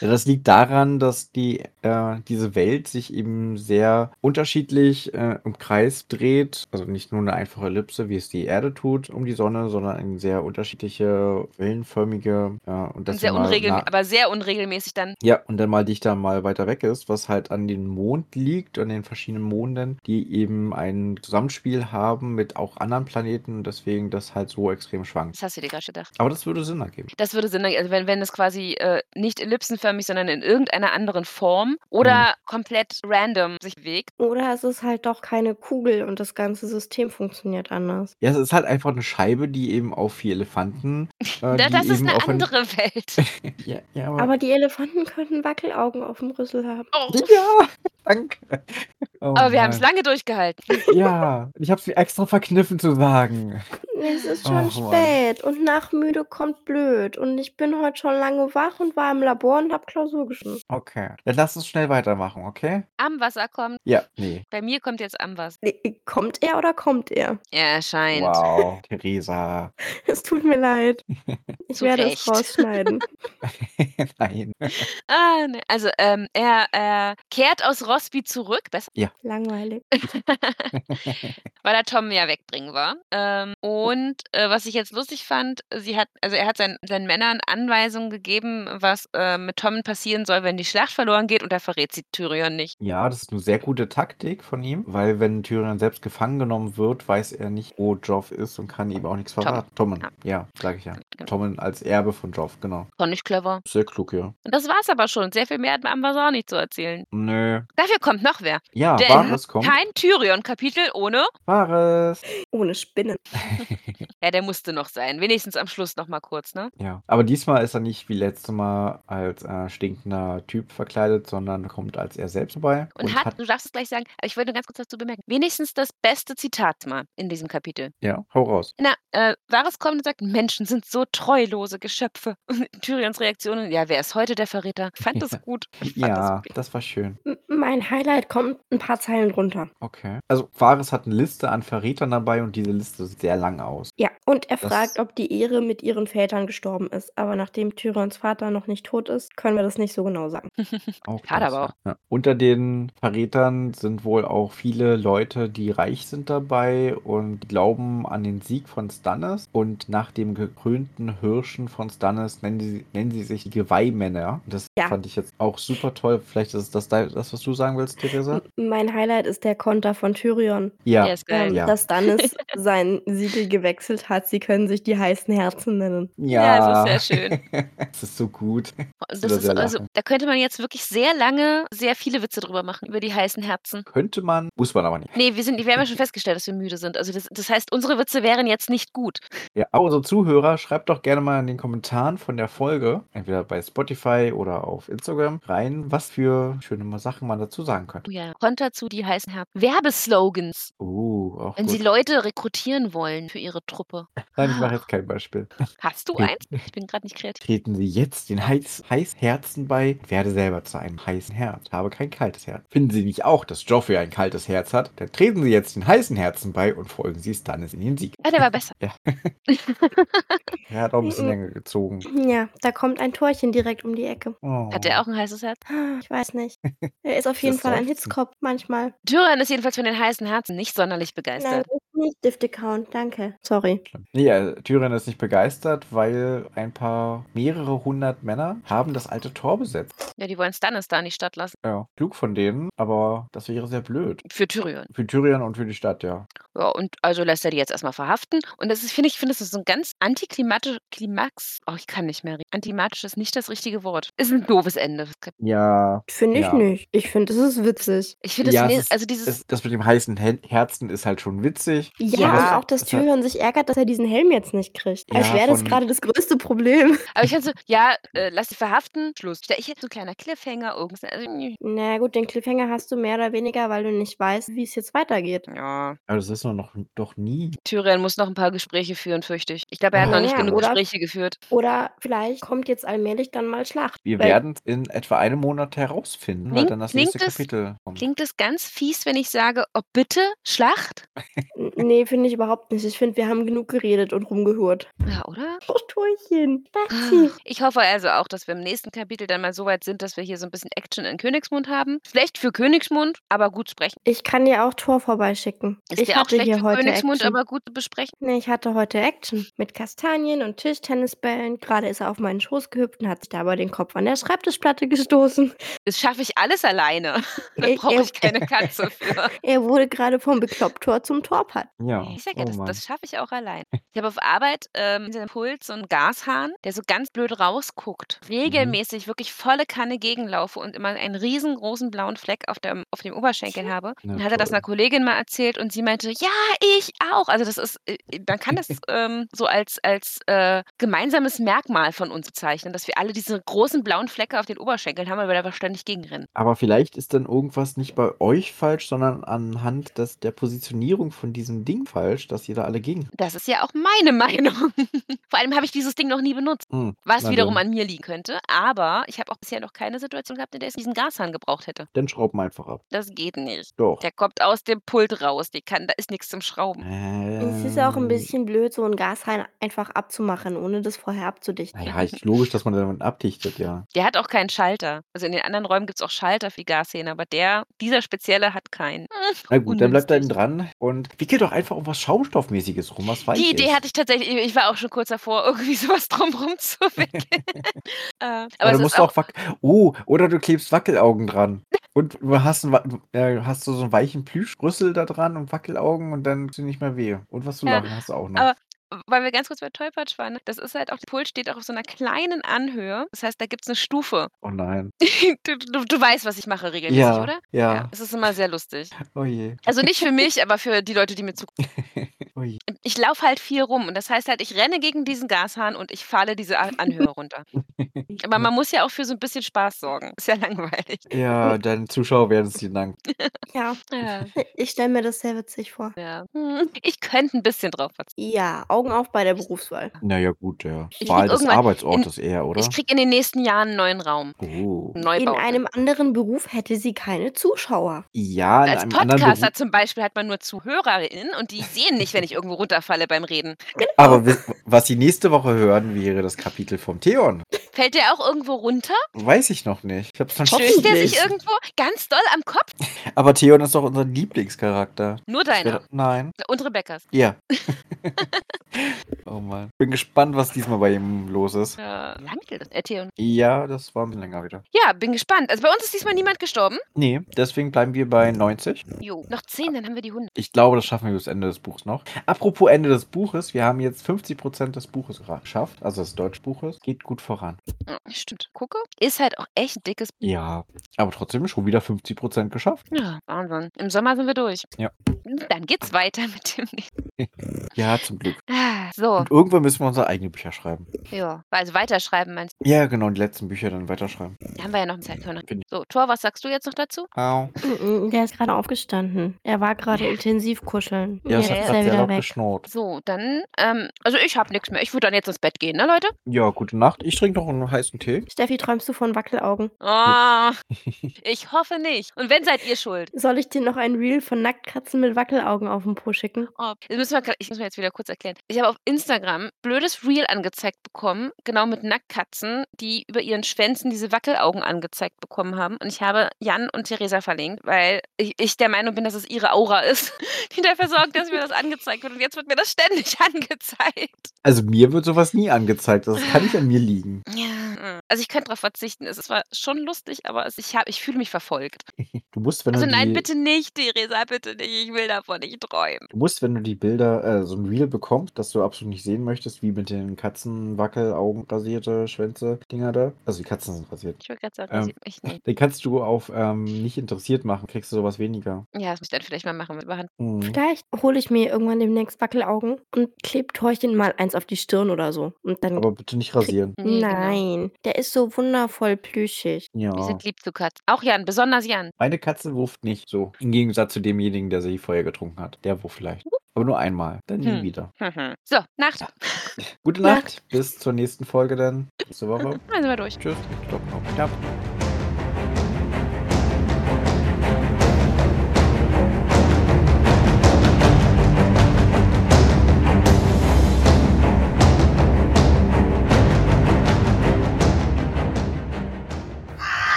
Ja, das liegt daran, dass die, äh, diese Welt sich eben sehr unterschiedlich äh, im Kreis dreht. Also nicht nur eine einfache Ellipse, wie es die Erde tut um die Sonne, sondern eine sehr unterschiedliche, wellenförmige äh, und
Und
dass
sehr
sie mal
unregelmäßig,
nah,
aber sehr unregelmäßig dann.
ja, und dann mal dichter mal weiter weg ist, was halt an dem Mond liegt, an den verschiedenen Monden, die eben ein Zusammenspiel haben mit auch anderen Planeten und deswegen das halt so extrem schwankt.
Das hast du dir gerade gedacht.
Aber das würde Sinn ergeben.
Das würde Sinn ergeben, also wenn, wenn es quasi äh, nicht ellipsenförmig, sondern in irgendeiner anderen Form oder
Mhm.
komplett random sich bewegt.
Oder es ist halt doch keine Kugel und das ganze System funktioniert anders.
Ja, es ist halt einfach eine Scheibe, die eben auf vier
<laughs>
Elefanten, äh,
Da,
die
das ist
eben
eine
auf ein- <laughs>
andere <laughs> Welt.
Ja, ja, aber,
Aber die Elefanten könnten Wackelaugen auf dem Rüssel haben.
Oh,
ja, <laughs> danke. Oh
aber wir haben es
Mann.
lange durchgehalten.
Ja, ich habe es mir extra verkniffen zu sagen.
Es ist schon
Ach, Mann.
spät und nach müde kommt blöd. Und ich bin heute schon lange wach und war im Labor und habe Klausur geschrieben.
Okay, dann lass uns schnell weitermachen, okay?
Am Wasser kommt.
Ja, nee.
Bei mir kommt jetzt am was.
Nee, Kommt er oder kommt er? <laughs>
Ja, scheint.
Wow, Theresa. <laughs>
Es tut mir leid. Ich
Zu
werde
Recht.
<laughs>
es rausschneiden.
Nein.
Ah, ne. Also, ähm, er, er kehrt aus Rosby zurück, besser,
Langweilig.
Hm.
weil er Tom ja wegbringen war. Ähm, und Und äh, was ich jetzt lustig fand, sie hat, also er hat seinen, seinen Männern Anweisungen gegeben, was äh, mit Tommen passieren soll, wenn die Schlacht verloren geht und er verrät sie Tyrion nicht.
Ja, das ist eine sehr gute Taktik von ihm, weil wenn Tyrion selbst gefangen genommen wird, weiß er nicht, wo Joff ist und kann ihm auch nichts verraten. Tommen. Ja, sage ich ja.
Genau.
Tommen als Erbe von Joff, genau.
Fand ich clever.
Sehr klug, ja.
Und das war's aber schon. Sehr viel mehr hat man auch nicht zu erzählen.
Nö.
Dafür kommt noch wer.
Ja,
Denn
Wahres kommt.
Kein Tyrion-Kapitel ohne.
Wahres.
Ohne Spinnen.
Ja, der musste noch sein. Wenigstens am Schluss nochmal kurz, ne?
Ja, aber diesmal ist er nicht wie letztes Mal als äh, stinkender Typ verkleidet, sondern kommt als er selbst vorbei.
Und, hat, du darfst es gleich sagen, aber ich wollte nur ganz kurz dazu bemerken, wenigstens das beste Zitat mal in diesem Kapitel.
Ja, hau raus.
Na, äh, Wahres kommt und sagt, Menschen sind so treulose Geschöpfe. <laughs> Und Tyrions Reaktionen, ja, wer ist heute
<laughs>
der Verräter? Ich fand das gut. Ich fand das
Ja,
gut.
das war schön.
M- Mein Highlight kommt ein paar Zeilen runter.
Okay. Also, Wahres hat eine Liste an Verrätern dabei und diese Liste sieht sehr lang aus.
Ja, und er
Das-
fragt, ob die Ehre mit ihren Vätern gestorben ist. Aber nachdem Tyrions Vater noch nicht tot ist, können wir das nicht so genau sagen.
Auch
Schade aber
ja. Ja. Unter den Verrätern sind wohl auch viele Leute, die reich sind dabei und glauben an den Sieg von Stannis. Und nach dem gekrönten Hirschen von Stannis nennen sie, nennen sie sich die Geweihmänner. Das
Ja.
fand ich jetzt auch super toll. Vielleicht ist das de- das, was du sagen willst,
<laughs>
Theresa?
M- Mein Highlight ist der Konter von Tyrion,
Ja.
Der ist geil.
ähm,
Ja.
dass Stannis sein Siegel gewechselt hat. Sie können sich die heißen Herzen nennen.
Ja, das ist sehr
<laughs> schön. das ist so gut.
Und
Oder
Das ist
sehr
also,
lachen.
da könnte man jetzt wirklich sehr lange, sehr viele Witze drüber machen, über die heißen Herzen.
Könnte man, muss man aber nicht.
Nee, wir, sind, wir haben ja schon festgestellt, dass wir müde sind. Also das, das heißt, unsere Witze wären jetzt nicht gut.
Ja, aber unsere Zuhörer, schreibt doch gerne mal in den Kommentaren von der Folge, entweder bei Spotify oder auf Instagram, rein, was für schöne mal Sachen man dazu sagen könnte.
Oh ja. Konter zu die heißen Herzen. Werbeslogans,
Uh, auch
wenn
gut.
sie Leute rekrutieren wollen für ihre Truppe.
Nein, ich mache jetzt kein Beispiel.
Hast du
Ja.
eins? Ich bin gerade nicht kreativ.
Treten Sie jetzt den Heiz Heißherzen bei, werde selber zu einem heißen Herz. Habe kein kaltes Herz. Finden Sie nicht auch, dass Joffrey ein kaltes Herz hat? Dann treten Sie jetzt den heißen Herzen bei und folgen Sie Stannis in den Sieg.
Ah, der war besser.
Er hat auch ein bisschen
Mhm.
länger gezogen.
Ja, da kommt ein Torchen direkt um die Ecke. Ah,
Oh.
Hat er auch ein heißes Herz?
Ich weiß nicht. <laughs> Er ist auf jeden
Das
Fall ein
Seufzen.
Hitzkopf manchmal.
Tyrion ist jedenfalls von den heißen Herzen nicht sonderlich
Nein,
begeistert.
das ist nicht Diff-Account, danke. Sorry.
Nee, ja, Tyrion ist nicht begeistert, weil ein paar, mehrere hundert Männer haben das alte Tor besetzt.
Ja, die wollen Stannis da in die Stadt lassen.
Ja, klug von denen, aber das wäre sehr blöd.
Für Tyrion.
Für Tyrion und für die Stadt, ja.
Ja, und also lässt er die jetzt erstmal verhaften. Und das ist, finde ich, finde das ist so ein ganz antiklimatisches Klimax. Oh, ich kann nicht mehr reden. Antiklimatisch ist nicht das richtige Wort. Ist ein doofes Ende.
Ja.
Finde ich
Ja.
nicht. Ich finde, es ist witzig.
Ich finde, das
Ja, es
ne-
ist-
also dieses
Das, das mit dem heißen Hen- Herzen ist halt schon witzig.
Ja,
Ja,
und auch, dass
ist halt-
Tyrion sich ärgert, dass er diesen Helm jetzt nicht kriegt. Als
Ja,
wäre das
von-
gerade das größte Problem.
Aber ich fand so, ja, äh, lass sie verhaften, Schluss. Ich hätte so ein kleiner Cliffhanger, irgendwas. Also,
Na gut, den Cliffhanger hast du mehr oder weniger, weil du nicht weißt, wie es jetzt weitergeht.
ja,
Aber das ist noch, noch, doch nie.
Tyrion muss noch ein paar Gespräche führen, fürchte ich. Ich glaube, er hat noch nicht
Ja,
genug
oder-
Gespräche geführt.
Oder vielleicht kommt jetzt allmählich dann mal Schlacht.
Wir
Weil-
werden es in etwa einem Monat herausfinden, weil
Klingt-
dann das
klingt
nächste
es-
Kapitel kommt.
Klingt es ganz fies, wenn ich sage, oh bitte, Schlacht?
N- Nee, finde ich überhaupt nicht. Ich finde, wir haben genug geredet und rumgehört.
Ja, oder?
Oh, Torchen. Dazi.
Ich hoffe also auch, dass wir im nächsten Kapitel dann mal so weit sind, dass wir hier so ein bisschen Action in Königsmund haben. Schlecht für Königsmund, aber gut sprechen.
Ich kann dir auch Tor vorbeischicken.
Ist
ich
ja auch
hatte
schlecht
hier
für
heute
Königsmund,
Action.
aber gut zu besprechen.
Nee, ich hatte heute Action mit Kastanien und Tischtennisbällen. Gerade ist er auf meinen Schoß gehüpft und hat sich dabei den Kopf an der Schreibtischplatte gestoßen.
Das schaffe ich alles alleine. <laughs> da
Ey,
brauche
ey.
ich keine Katze
<laughs>
für.
Er wurde gerade vom Beklopptor zum Torpart.
Ja.
Ich sag ja,
oh
das,
Mann.
das schaffe ich auch allein. Ich habe auf Arbeit ähm, hinter dem Pult so einen Gashahn, der so ganz blöd rausguckt.
Mhm.
Regelmäßig wirklich volle Kanne gegenlaufe und immer einen riesengroßen blauen Fleck auf dem, auf dem Oberschenkel habe.
Na
Dann hat er das
toll.
einer Kollegin mal erzählt und sie meinte, ja, ich auch. Also das ist, äh, man
<laughs>
kann das ähm, so als, als äh, gemeinsames Merkmal von uns bezeichnen, dass wir alle diese großen blauen Flecke auf den Oberschenkeln haben, weil wir da ständig gegenrennen.
Aber vielleicht ist dann irgendwas nicht bei euch falsch, sondern anhand des, der Positionierung von diesem Ding falsch, dass ihr da alle gegen.
Das ist ja auch meine <laughs> Meinung. Vor allem habe ich dieses Ding noch nie benutzt.
Hm,
Was
na
wiederum
dann,
an mir liegen könnte, aber ich habe auch bisher noch keine Situation gehabt, in der ich diesen Gashahn gebraucht hätte.
Dann schrauben wir einfach ab.
Das geht nicht.
Doch.
Der kommt aus dem Pult raus. Die kann, da ist nichts zum Schrauben.
Es ist auch ein
Ähm,
bisschen blöd, so einen Gashain einfach abzumachen, ohne das vorher abzudichten.
<laughs>
Naja, ist logisch, dass man damit abdichtet, ja.
Der hat auch keinen Schalter. Also in den anderen Räumen gibt es auch Schalter für die Gashähne, aber der, dieser spezielle hat keinen.
Na gut, dann bleibt da eben
Ungünstig.
dran und wie dir doch einfach um was Schaumstoffmäßiges rum, was weiß
Die
ich.
Idee hatte ich tatsächlich, ich war auch schon kurz davor, <laughs> irgendwie sowas drumrum
<laughs>
zu wickeln. äh, aber
Aber
es
du musst
ist auch,
auch Wac oh, oder du klebst Wackelaugen dran. Und du hast, einen, Wa- äh, hast du so einen weichen Plüschrüssel da dran und Wackelaugen und dann tut nicht mehr weh. Und was zu
Ja,
lachen hast du auch noch.
aber- weil wir ganz kurz bei Tollpatsch waren, das ist halt auch, der Pult steht auch auf so einer kleinen Anhöhe. Das heißt, da gibt es eine Stufe. <laughs>
oh nein.
du, du, du weißt, was ich mache regelmäßig,
Ja,
oder?
ja,
Ja, es ist immer
<laughs>
sehr lustig.
Oh je.
Also nicht für mich, aber für die Leute,
<laughs>
die mir zugucken.
Oh je.
Ich laufe halt viel rum und das heißt halt, ich renne gegen diesen Gashahn und ich falle diese A-
<laughs>
Anhöhe runter. Aber man muss ja auch für so ein bisschen Spaß sorgen. Ist
<laughs>
ja langweilig.
Ja, deine Zuschauer werden es dir danken.
Ja,
Ja,
ich stelle mir das sehr witzig vor.
ja. Hm, Ich könnte ein bisschen drauf verzichten.
Ja, Augen auf bei der Berufswahl.
Naja, gut, ja.
krieg
Wahl des
irgendwann-
Arbeitsortes eher, oder?
Ich kriege in den nächsten Jahren einen neuen Raum.
Oh.
einen Neubau.
In einem anderen Beruf hätte sie keine Zuschauer.
Ja, in
Als
einem anderen
Podcaster
Beruf.
zum Beispiel hat man nur ZuhörerInnen und die sehen nicht, wenn ich irgendwo runterfalle beim Reden.
Aber wi- was Sie nächste Woche hören, wäre das Kapitel vom Theon.
Fällt der auch irgendwo runter?
Weiß ich noch nicht. Ich hab's dann
Schön.
Ist der sich
Hoffentlich.
irgendwo ganz doll am Kopf?
Aber Theon ist doch unser Lieblingscharakter.
Nur
Das wäre-
deiner
Nein.
und Rebekkas.
Ja. <laughs> oh Mann. Bin gespannt, was diesmal bei ihm los ist.
Äh, wie lang geht das? Äh, Theon.
Ja, das war ein bisschen länger wieder.
Ja, bin gespannt. Also bei uns ist diesmal niemand gestorben.
Nee, deswegen bleiben wir bei 90.
Jo, noch 10, dann haben wir die 100.
Ich glaube, das schaffen wir bis Ende des Buchs noch. Apropos Ende des Buches, wir haben jetzt 50% des Buches gra- geschafft, also des Deutschbuches. Geht gut voran.
Ja, stimmt. Gucke. Ist halt auch echt ein dickes.
Ja, aber trotzdem schon wieder 50% geschafft.
Ja, Wahnsinn. Im Sommer sind wir durch.
Ja.
Dann geht's weiter mit dem nächsten.
Ja, zum Glück.
Ah, So,
Und irgendwann müssen wir unsere eigenen Bücher schreiben.
ja. Also weiterschreiben, meinst
Ja, genau, die letzten Bücher dann weiterschreiben.
du? Haben wir ja noch Zeit. können wir noch-
Bin
So, Tor, was sagst du jetzt noch dazu?
Au.
Mm, mm, Der ist gerade aufgestanden. Er war gerade intensiv kuscheln.
Ja, es
Jetzt
hat
Nee,
gerade
ist er
sehr
wieder
laut
weg.
geschnurrt.
So, dann, ähm, also ich habe nichts mehr. Ich würde dann jetzt ins Bett gehen, ne, Leute?
Ja, gute Nacht. Ich trinke noch einen heißen Tee.
Steffi, träumst du von Wackelaugen?
Ah, ich hoffe nicht. Und wenn, seid ihr schuld.
Soll ich dir noch ein Reel von Nacktkatzen mit Wackelaugen auf den Po schicken?
Oh, das müssen wir, gra- ich muss mir jetzt wieder kurz erklären. Ich habe auf Instagram blödes Reel angezeigt bekommen, genau mit Nacktkatzen, die über ihren Schwänzen diese Wackelaugen angezeigt bekommen haben. Und ich habe Jan und Theresa verlinkt, weil ich, ich der Meinung bin, dass es ihre Aura ist, <laughs> die dafür sorgt, dass mir das angezeigt wird. Und jetzt wird mir das ständig <laughs> angezeigt.
Also mir wird sowas nie angezeigt. Das kann nicht an mir liegen.
Ja. Also ich könnte darauf verzichten. Es ist zwar schon lustig, aber es, ich, hab, ich fühle mich verfolgt.
Du musst, wenn
Also
du Genau
nein,
die,
bitte nicht, Theresa, bitte nicht. Ich will davon nicht träumen.
Du musst, wenn du die Bilder, äh, so ein Reel bekommst, das du absolut nicht sehen möchtest, wie mit den Katzen, Wackelaugen, rasierte Schwänze, Dinger da. Also die Katzen sind rasiert.
Ich wollte gerade sagen,
Ähm.
sieht mich nicht.
Den kannst du auf ähm, nicht interessiert machen, kriegst du sowas weniger.
Ja, das muss ich dann vielleicht mal machen mit Überhand.
Hm.
Vielleicht hole ich mir irgendwann demnächst Wackelaugen und klebe Torchen mal eins auf die Stirn oder so. Und dann.
Aber bitte nicht rasieren.
Nee, genau.
Nein, der ist so wundervoll plüschig.
Wir
Ja.
sind lieb zu Katzen. Auch Jan, besonders Jan. <laughs>
Meine Katze wurft nicht so. Im Gegensatz zu demjenigen, der sie vorher getrunken hat. Der wurft vielleicht. Aber nur einmal. Dann nie
Hm.
wieder.
Mhm. so, Nacht.
Gute
Nacht.
Nacht. Bis zur nächsten Folge dann. Nächste <laughs> Woche.
Dann sind wir durch.
Tschüss. Stopp, stopp, knapp.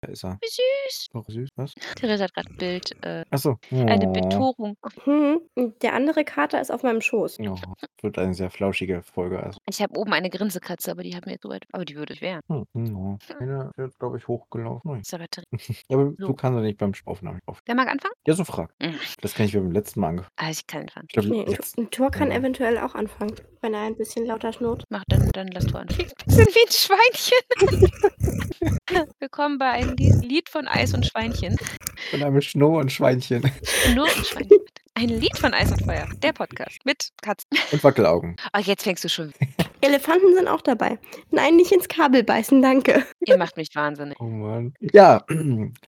Da ist er.
Wie süß.
Noch süß, was?
Theresa hat gerade ein Bild, äh,
Achso.
eine Betonung.
Hm, und der andere Kater ist auf meinem Schoß.
Ja, wird eine sehr flauschige Folge. Also.
Ich habe oben eine Grinsekatze, aber die hat mir jetzt so weit. Aber die würde ich wehren.
Hm, ja. Eine wird, glaube ich, hochgelaufen. Ui.
Ist aber Theresa.
Ja, aber
So.
du kannst ja nicht beim Sch- Aufnahme auf.
Wer mag anfangen?
Ja, so frag.
Mhm.
Das kann ich beim letzten Mal angefangen.
Ah, ich kann anfangen.
Ich glaube,
Nee, ein,
letzt-
ein Tor kann
Ja.
eventuell auch anfangen, wenn er ein bisschen lauter schnurrt.
Mach dann, dann lass du <laughs> anfangen. Bisschen wie ein <laughs> Schweinchen. Willkommen bei einem Lied Lied von Eis und Schweinchen.
Von einem Schnurr und Schweinchen <laughs>
Nur ein Schweinchen. Ein Lied von Eis und Feuer. Der Podcast mit Katzen.
und Wackelaugen.
Ah, jetzt fängst du schon.
Elefanten sind auch dabei. Nein, nicht ins Kabel beißen, danke.
Ihr macht mich wahnsinnig.
Oh Mann. Ja,